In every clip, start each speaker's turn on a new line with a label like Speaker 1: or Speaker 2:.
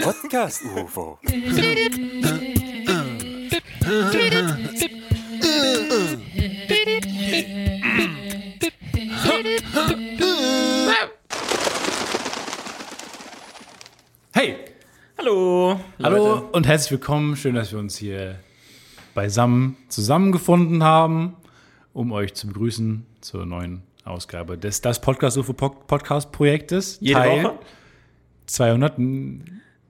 Speaker 1: Podcast UFO.
Speaker 2: Hey!
Speaker 3: Hallo.
Speaker 2: Hallo und herzlich willkommen. Schön, dass wir uns hier beisammen zusammengefunden haben, um euch zu begrüßen zur neuen Ausgabe des Das Podcast UFO Pod- Podcast Projektes.
Speaker 3: Jede
Speaker 2: Teil
Speaker 3: Woche.
Speaker 2: 200.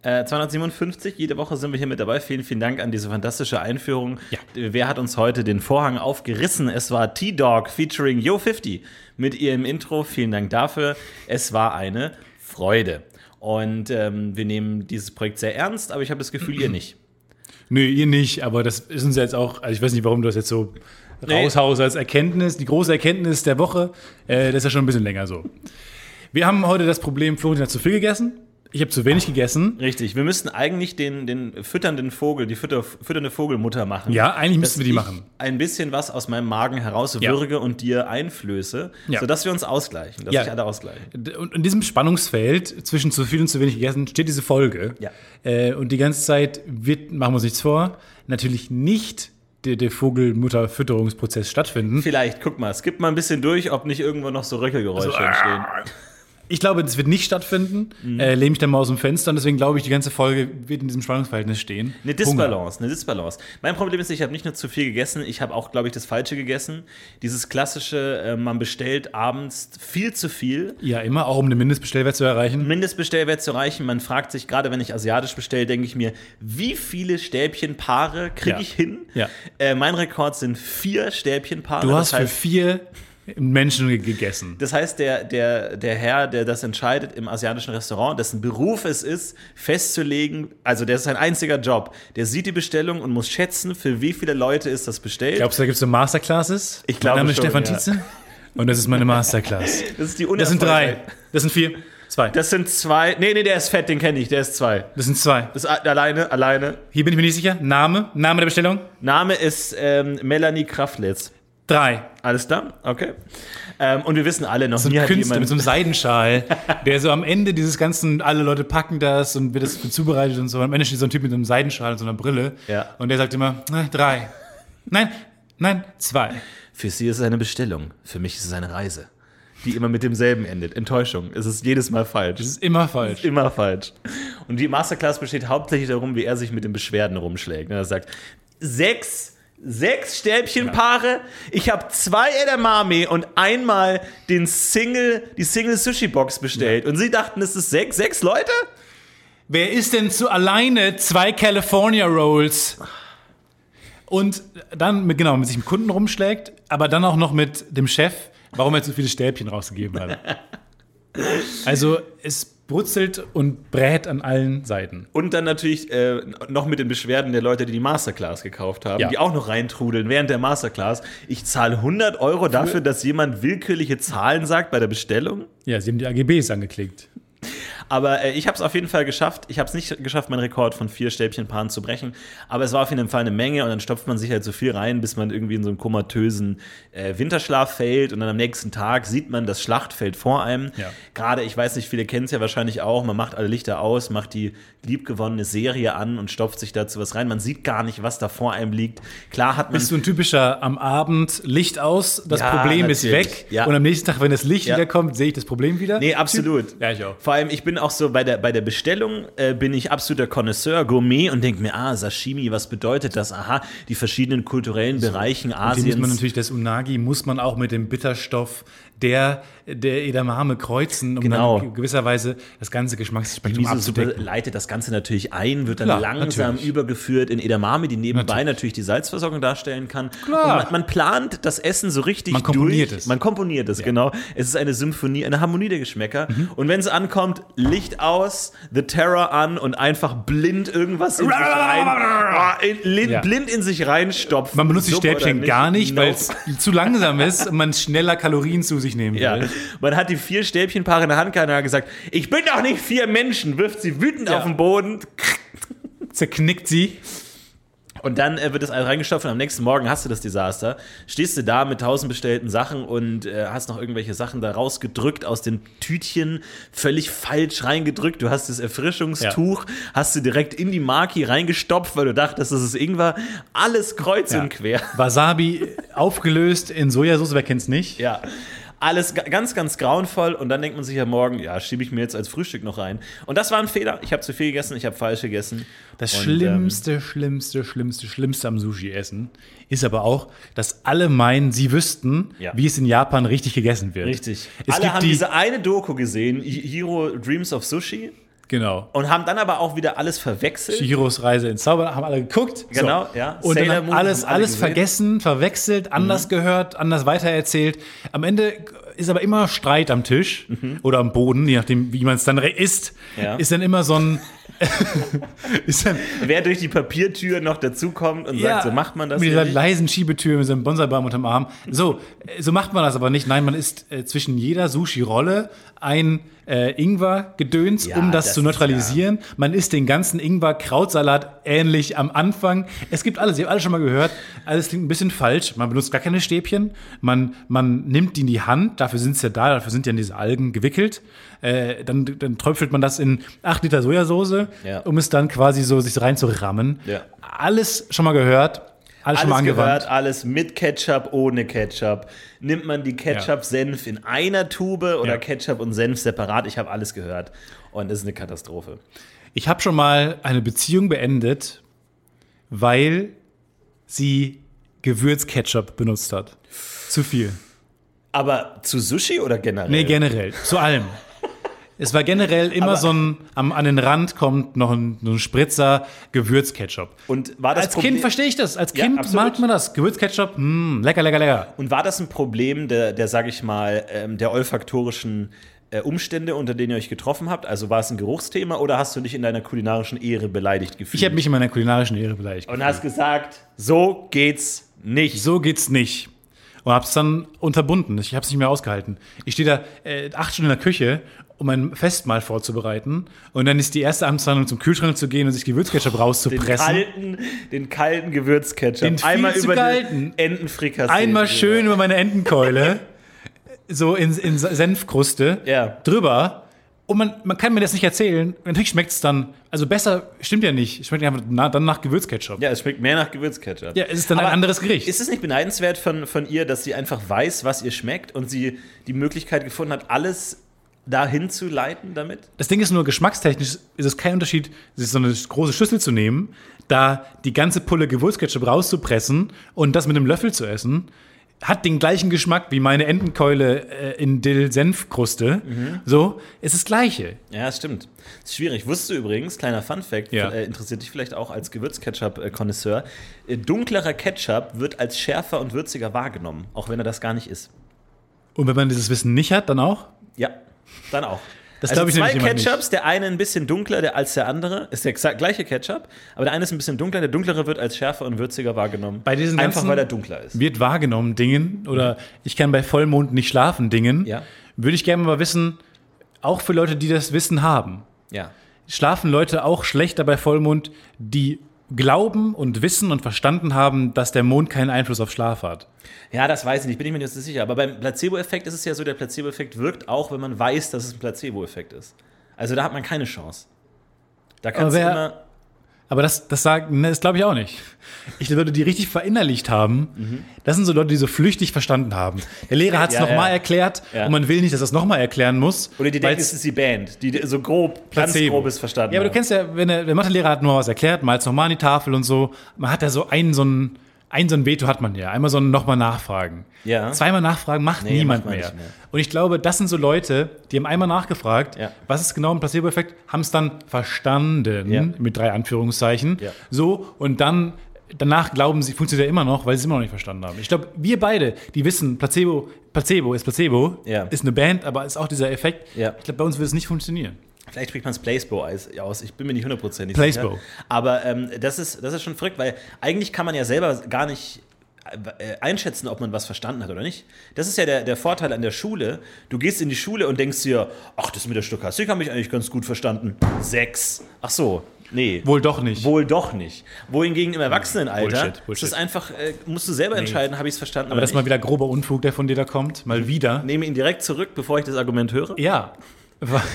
Speaker 3: Äh, 257, jede Woche sind wir hier mit dabei. Vielen, vielen Dank an diese fantastische Einführung.
Speaker 2: Ja.
Speaker 3: Wer hat uns heute den Vorhang aufgerissen? Es war T-Dog featuring Yo50 mit ihrem Intro. Vielen Dank dafür. Es war eine Freude. Und ähm, wir nehmen dieses Projekt sehr ernst, aber ich habe das Gefühl, ihr nicht.
Speaker 2: Nö, ihr nicht, aber das ist uns jetzt auch, also ich weiß nicht, warum du das jetzt so
Speaker 3: Nee.
Speaker 2: raushaust als Erkenntnis, die große Erkenntnis der Woche. Äh, das ist ja schon ein bisschen länger so. Wir haben heute das Problem, Florentin hat zu viel gegessen. Ich habe zu wenig gegessen.
Speaker 3: Richtig, wir müssten eigentlich den, den fütternden Vogel, die fütter, fütternde Vogelmutter machen.
Speaker 2: Ja, eigentlich müssten
Speaker 3: Dass
Speaker 2: wir die
Speaker 3: ich
Speaker 2: machen.
Speaker 3: Ein bisschen was aus meinem Magen herauswürge und dir einflöße,
Speaker 2: Ja.
Speaker 3: sodass wir uns ausgleichen, dass
Speaker 2: Ja.
Speaker 3: sich alle ausgleichen.
Speaker 2: Und in diesem Spannungsfeld zwischen zu viel und zu wenig gegessen steht diese Folge.
Speaker 3: Ja.
Speaker 2: Äh, und die ganze Zeit wird, machen wir uns nichts vor, natürlich nicht der, der Vogelmutter-Fütterungsprozess stattfinden.
Speaker 3: Vielleicht, guck mal, skip mal ein bisschen durch, ob nicht irgendwo noch so Röckelgeräusche
Speaker 2: Also, äh,
Speaker 3: entstehen.
Speaker 2: Ich glaube, das wird nicht stattfinden.
Speaker 3: Mhm.
Speaker 2: Äh, lehne mich dann mal aus dem Fenster und deswegen glaube ich, die ganze Folge wird in diesem Spannungsverhältnis stehen.
Speaker 3: Eine Disbalance, eine Disbalance. Mein Problem ist, ich habe nicht nur zu viel gegessen, ich habe auch, glaube ich, das Falsche gegessen. Dieses klassische, äh, man bestellt abends viel zu viel.
Speaker 2: Hunger. Ja, immer, auch um den Mindestbestellwert zu erreichen.
Speaker 3: Mindestbestellwert zu erreichen. Man fragt sich, gerade wenn ich asiatisch bestelle, denke ich mir, wie viele Stäbchenpaare kriege
Speaker 2: Ja.
Speaker 3: ich hin?
Speaker 2: Ja.
Speaker 3: Äh, mein Rekord sind vier Stäbchenpaare.
Speaker 2: Du hast
Speaker 3: das
Speaker 2: für
Speaker 3: heißt,
Speaker 2: vier Menschen ge- gegessen.
Speaker 3: das heißt der, der, der Herr, der das entscheidet im asiatischen Restaurant, dessen Beruf es ist, festzulegen, also der ist sein einziger Job, der sieht die Bestellung und muss schätzen, für wie viele Leute ist das bestellt.
Speaker 2: Glaubst du, da gibt es so Masterclasses?
Speaker 3: Ich glaube
Speaker 2: Mein Name ist
Speaker 3: schon,
Speaker 2: Stefan
Speaker 3: ja.
Speaker 2: Tietze und das ist meine Masterclass.
Speaker 3: das, ist die
Speaker 2: Das sind
Speaker 3: unerfolgreich-
Speaker 2: drei. Das sind vier. Zwei.
Speaker 3: Das sind zwei. Nee, nee, der ist fett, den kenne ich, der ist zwei.
Speaker 2: Das sind zwei.
Speaker 3: Das ist a- alleine, alleine.
Speaker 2: Hier bin ich mir nicht sicher. Name? Name der Bestellung?
Speaker 3: Name ist ähm, Melanie Kraftlitz.
Speaker 2: Drei.
Speaker 3: Alles da? Okay. Ähm, und wir wissen alle, noch
Speaker 2: So ein
Speaker 3: nie hat
Speaker 2: Künstler mit
Speaker 3: jemand.
Speaker 2: so einem Seidenschal, der so am Ende dieses ganzen, alle Leute packen das und wird das zubereitet und so. Und am Ende steht so ein Typ mit so einem Seidenschal und so einer Brille.
Speaker 3: Ja.
Speaker 2: Und der sagt immer, "Na, drei. Nein, nein, zwei.
Speaker 3: Für sie ist es eine Bestellung, für mich ist es eine Reise, die immer mit demselben endet. Enttäuschung. Es ist jedes Mal falsch.
Speaker 2: Das ist immer falsch.
Speaker 3: immer falsch. Und die Masterclass besteht hauptsächlich darum, wie er sich mit den Beschwerden rumschlägt. Er sagt, sechs, sechs Stäbchenpaare, ich habe zwei Edamame und einmal den Single, die Single-Sushi-Box bestellt. Und sie dachten, es ist sechs, sechs Leute?
Speaker 2: Wer ist denn zu alleine zwei California Rolls? Und dann, mit, genau, mit sich mit Kunden rumschlägt, aber dann auch noch mit dem Chef, warum er zu viele Stäbchen rausgegeben hat. Also es brutzelt und brät an allen Seiten.
Speaker 3: Und dann natürlich äh, noch mit den Beschwerden der Leute, die die Masterclass gekauft haben,
Speaker 2: Ja.
Speaker 3: die auch noch reintrudeln während der Masterclass. Ich zahle 100 Euro dafür, dass jemand willkürliche Zahlen sagt bei der Bestellung.
Speaker 2: Ja, sie haben die AGBs angeklickt.
Speaker 3: Aber äh, ich habe es auf jeden Fall geschafft. Ich habe es nicht geschafft, meinen Rekord von vier Stäbchenpaaren zu brechen. Aber es war auf jeden Fall eine Menge und dann stopft man sich halt so viel rein, bis man irgendwie in so einen komatösen äh, Winterschlaf fällt und dann am nächsten Tag sieht man das Schlachtfeld vor einem.
Speaker 2: Ja.
Speaker 3: Gerade, ich weiß nicht, viele kennen es ja wahrscheinlich auch, man macht alle Lichter aus, macht die liebgewonnene Serie an und stopft sich dazu was rein. Man sieht gar nicht, was da vor einem liegt. Klar hat man
Speaker 2: Bist du ein typischer am Abend Licht aus, das
Speaker 3: Ja,
Speaker 2: Problem ist
Speaker 3: natürlich.
Speaker 2: weg
Speaker 3: Ja.
Speaker 2: und am nächsten Tag, wenn das Licht
Speaker 3: Ja.
Speaker 2: wiederkommt, sehe ich das Problem wieder?
Speaker 3: Nee, absolut.
Speaker 2: Ja, ich auch.
Speaker 3: Vor allem, ich bin auch so bei der, bei der Bestellung, äh, bin ich absoluter Connoisseur, Gourmet und denke mir, ah, Sashimi, was bedeutet das? Aha, die verschiedenen kulturellen Bereichen
Speaker 2: Hier muss man
Speaker 3: Asiens.
Speaker 2: natürlich das Unagi muss man auch mit dem Bitterstoff der, der Edamame kreuzen, um
Speaker 3: Genau.
Speaker 2: dann in gewisser Weise das ganze Geschmacksspektrum
Speaker 3: Diese Suppe
Speaker 2: abzudecken.
Speaker 3: leitet das Ganze natürlich ein, wird dann
Speaker 2: Klar,
Speaker 3: langsam
Speaker 2: natürlich.
Speaker 3: übergeführt in Edamame, die nebenbei natürlich, die Salzversorgung darstellen kann.
Speaker 2: Klar.
Speaker 3: Und man, man plant das Essen so richtig
Speaker 2: Man komponiert
Speaker 3: durch.
Speaker 2: es.
Speaker 3: Man komponiert es, genau. Es ist eine Symphonie, eine Harmonie der Geschmäcker.
Speaker 2: Mhm.
Speaker 3: Und wenn es ankommt, Licht aus, The Terror an und einfach blind irgendwas in sich rein, Ah, in, lin-
Speaker 2: Ja.
Speaker 3: blind in sich reinstopfen.
Speaker 2: Man benutzt die
Speaker 3: Suppe oder
Speaker 2: Stäbchen gar nicht,
Speaker 3: Nope.
Speaker 2: weil es zu langsam ist und man schneller Kalorien zu sich sich nehmen will.
Speaker 3: Ja. Man hat die vier Stäbchenpaare in der Hand gehalten und hat gesagt, ich bin doch nicht vier Menschen, wirft sie wütend
Speaker 2: Ja.
Speaker 3: auf den Boden.
Speaker 2: Zerknickt sie.
Speaker 3: Und dann äh, wird das alles reingestopft und am nächsten Morgen hast du das Desaster. Stehst du da mit tausend bestellten Sachen und äh, hast noch irgendwelche Sachen da rausgedrückt aus den Tütchen, völlig falsch reingedrückt. Du hast das Erfrischungstuch, hast du direkt in die Maki reingestopft, weil du dachtest, das ist Ingwer. Alles kreuz
Speaker 2: Ja.
Speaker 3: und quer.
Speaker 2: Wasabi aufgelöst in Sojasauce, wer kennt's nicht?
Speaker 3: Ja. Alles ga- ganz, ganz grauenvoll und dann denkt man sich ja morgen, ja, schiebe ich mir jetzt als Frühstück noch rein. Und das war ein Fehler. Ich habe zu viel gegessen, ich habe falsch gegessen.
Speaker 2: Das
Speaker 3: Und, ähm,
Speaker 2: Schlimmste, Schlimmste, Schlimmste, Schlimmste am Sushi-Essen ist aber auch, dass alle meinen, sie wüssten,
Speaker 3: Ja.
Speaker 2: wie es in Japan richtig gegessen wird.
Speaker 3: Richtig.
Speaker 2: Es
Speaker 3: Alle
Speaker 2: gibt
Speaker 3: haben
Speaker 2: die,
Speaker 3: diese eine Doku gesehen, Hi- Hiro Dreams of Sushi,
Speaker 2: genau.
Speaker 3: und haben dann aber auch wieder alles verwechselt.
Speaker 2: Chihiros Reise ins Zauber haben alle geguckt.
Speaker 3: Genau, ja.
Speaker 2: Und
Speaker 3: Sailor
Speaker 2: dann
Speaker 3: Moon
Speaker 2: alles,
Speaker 3: haben alle
Speaker 2: alles
Speaker 3: gesehen. Mhm.
Speaker 2: vergessen, verwechselt, anders gehört, anders weitererzählt. Am Ende ist aber immer Streit am Tisch oder am Boden, je nachdem, wie man es dann re- isst.
Speaker 3: Mhm. Ja.
Speaker 2: Ist dann immer so ein. ist dann,
Speaker 3: Wer durch die Papiertür noch dazukommt und sagt, so macht man das.
Speaker 2: Mit
Speaker 3: hier
Speaker 2: dieser
Speaker 3: nicht.
Speaker 2: leisen Schiebetür, mit so einem Bonsaibaum unterm Arm. So, äh, so macht man das aber nicht. Nein, man isst äh, zwischen jeder Sushi-Rolle ein äh, Ingwer-Gedöns,
Speaker 3: Ja,
Speaker 2: um das,
Speaker 3: das
Speaker 2: zu
Speaker 3: ist
Speaker 2: neutralisieren. Man isst den ganzen Ingwer-Krautsalat ähnlich am Anfang. Es gibt alles, ihr habt alle schon mal gehört. Alles klingt ein bisschen falsch. Man benutzt gar keine Stäbchen. Man, man nimmt die in die Hand. Dafür sind sie ja da, dafür sind ja diese Algen gewickelt. Äh, dann, dann tröpfelt man das in 8 Liter Sojasauce,
Speaker 3: Ja.
Speaker 2: um es dann quasi so sich reinzurammen.
Speaker 3: Ja.
Speaker 2: Alles schon mal gehört, alles, schon mal
Speaker 3: alles
Speaker 2: angewandt.
Speaker 3: gehört, alles mit Ketchup, ohne Ketchup. Nimmt man die Ketchup-Senf in einer Tube oder
Speaker 2: Ja.
Speaker 3: Ketchup und Senf separat? Ich habe alles gehört. Und es ist eine Katastrophe.
Speaker 2: Ich habe schon mal eine Beziehung beendet, weil sie Gewürzketchup benutzt hat. Zu viel.
Speaker 3: Aber zu Sushi oder generell?
Speaker 2: Nee, generell. Zu allem. Es war generell immer
Speaker 3: Aber-
Speaker 2: so ein, am, an den Rand kommt noch ein, so ein Spritzer Gewürzketchup.
Speaker 3: Und war das
Speaker 2: Als Kind verstehe ich das. Als Kind
Speaker 3: absolut.
Speaker 2: mag man das. Gewürzketchup, mh, lecker, lecker, lecker.
Speaker 3: Und war das ein Problem der, der sag ich mal, ähm, der olfaktorischen äh, Umstände, unter denen ihr euch getroffen habt? Also war es ein Geruchsthema oder hast du dich in deiner kulinarischen Ehre beleidigt gefühlt?
Speaker 2: Ich habe mich in meiner kulinarischen Ehre beleidigt.
Speaker 3: und hast gesagt, so geht's nicht.
Speaker 2: so geht's nicht. Und hab's dann unterbunden. Ich hab's nicht mehr ausgehalten. Ich stehe da äh, acht Stunden in der Küche, um ein Festmahl vorzubereiten. Und dann ist die erste Amtshandlung, zum Kühlschrank zu gehen und sich Gewürzketchup
Speaker 3: Den
Speaker 2: rauszupressen.
Speaker 3: kalten, den kalten Gewürzketchup.
Speaker 2: Den viel
Speaker 3: Einmal
Speaker 2: zu
Speaker 3: über
Speaker 2: kalten.
Speaker 3: den Entenfrikassee.
Speaker 2: Einmal schön über meine Entenkeule, so in, in Senfkruste,
Speaker 3: Ja.
Speaker 2: drüber. Und man, man kann mir das nicht erzählen. Natürlich schmeckt's dann, also besser stimmt ja nicht. Schmeckt einfach na, dann nach Gewürzketchup.
Speaker 3: Ja, es schmeckt mehr nach Gewürzketchup.
Speaker 2: Ja, es ist dann ein anderes Gericht.
Speaker 3: Ist es nicht beneidenswert von, von ihr, dass sie einfach weiß, was ihr schmeckt und sie die Möglichkeit gefunden hat, alles dahin zu leiten damit?
Speaker 2: Das Ding ist nur, geschmackstechnisch ist es kein Unterschied, sich so eine große Schüssel zu nehmen, da die ganze Pulle Gewürzketchup rauszupressen und das mit einem Löffel zu essen, hat den gleichen Geschmack wie meine Entenkeule äh, in Dill-Senfkruste. So, es ist das Gleiche.
Speaker 3: Ja, das stimmt. Ist schwierig. Wusstest du übrigens, kleiner Fun-Fact,
Speaker 2: Ja.
Speaker 3: äh, interessiert dich vielleicht auch als Gewürzketchup-Konnoisseur, äh, dunklerer Ketchup wird als schärfer und würziger wahrgenommen, auch wenn er das gar nicht ist.
Speaker 2: Und wenn man dieses Wissen nicht hat, dann auch?
Speaker 3: Ja, dann auch.
Speaker 2: Das
Speaker 3: Also
Speaker 2: glaub ich
Speaker 3: zwei
Speaker 2: nämlich immer
Speaker 3: Ketchups, der eine ein bisschen dunkler der, als der andere, ist der exa- gleiche Ketchup, aber der eine ist ein bisschen dunkler, der dunklere wird als schärfer und würziger wahrgenommen.
Speaker 2: Bei diesen
Speaker 3: Einfach
Speaker 2: ganzen-
Speaker 3: weil er dunkler ist.
Speaker 2: Wird wahrgenommen, Dingen, oder ich kann bei Vollmond nicht schlafen, Dingen.
Speaker 3: Ja.
Speaker 2: Würde ich gerne mal wissen, auch für Leute, die das Wissen haben.
Speaker 3: Ja.
Speaker 2: schlafen Leute auch schlechter bei Vollmond, die glauben und wissen und verstanden haben, dass der Mond keinen Einfluss auf Schlaf hat.
Speaker 3: Ja, das weiß ich nicht, bin ich mir nicht so sicher. Aber beim Placebo-Effekt ist es ja so, der Placebo-Effekt wirkt auch, wenn man weiß, dass es ein Placebo-Effekt ist. Also da hat man keine Chance. Da kannst du
Speaker 2: wer-
Speaker 3: immer.
Speaker 2: Aber das, das sagt, ne, das glaube ich auch nicht. Ich würde die richtig verinnerlicht haben. Das sind so Leute, die so flüchtig verstanden haben. Der Lehrer hat es
Speaker 3: Mhm. Ja,
Speaker 2: noch
Speaker 3: ja.
Speaker 2: nochmal erklärt
Speaker 3: Ja.
Speaker 2: und man will nicht, dass er es nochmal erklären muss.
Speaker 3: Oder die denken,
Speaker 2: weil's-
Speaker 3: es ist die Band, die so grob, ganz
Speaker 2: Placebo.
Speaker 3: grobes verstanden
Speaker 2: Ja, aber du
Speaker 3: haben.
Speaker 2: kennst ja, wenn der, der Mathelehrer hat nur was erklärt, mal es nochmal an die Tafel und so. Man hat ja so einen, so einen, einen so ein Veto hat man ja. Einmal so ein nochmal nachfragen.
Speaker 3: Ja.
Speaker 2: Zweimal nachfragen macht niemand
Speaker 3: macht man
Speaker 2: mehr.
Speaker 3: nicht mehr.
Speaker 2: Und ich glaube, das sind so Leute, die haben einmal nachgefragt,
Speaker 3: Ja.
Speaker 2: was ist genau ein Placebo-Effekt, haben es dann verstanden,
Speaker 3: Ja.
Speaker 2: mit drei Anführungszeichen.
Speaker 3: Ja.
Speaker 2: So, und dann. Danach glauben sie, funktioniert ja immer noch, weil sie es immer noch nicht verstanden haben. Ich glaube, wir beide, die wissen, Placebo, Placebo ist Placebo,
Speaker 3: Ja.
Speaker 2: ist eine Band, aber ist auch dieser Effekt.
Speaker 3: Ja.
Speaker 2: Ich glaube, bei uns würde es nicht funktionieren.
Speaker 3: Vielleicht spricht man es Placebo als- aus. Ich bin mir nicht hundertprozentig
Speaker 2: Placebo.
Speaker 3: sicher. Aber ähm, das, ist, das ist schon verrückt, weil eigentlich kann man ja selber gar nicht. äh, einschätzen, ob man was verstanden hat oder nicht. Das ist ja der, der Vorteil an der Schule. Du gehst in die Schule und denkst dir, ach, das mit der Stochastik habe ich eigentlich ganz gut verstanden. Sechs. Ach so, nee.
Speaker 2: Wohl doch nicht.
Speaker 3: Wohl doch nicht. Wohingegen im Erwachsenenalter
Speaker 2: Bullshit,
Speaker 3: ist
Speaker 2: Bullshit.
Speaker 3: es einfach, äh, musst du selber entscheiden, habe ich es verstanden
Speaker 2: Aber das ist mal
Speaker 3: nicht. Mhm.
Speaker 2: wieder grober Unfug, der von dir da kommt. Mal wieder.
Speaker 3: Nehme ihn direkt zurück, bevor ich das Argument höre.
Speaker 2: Ja.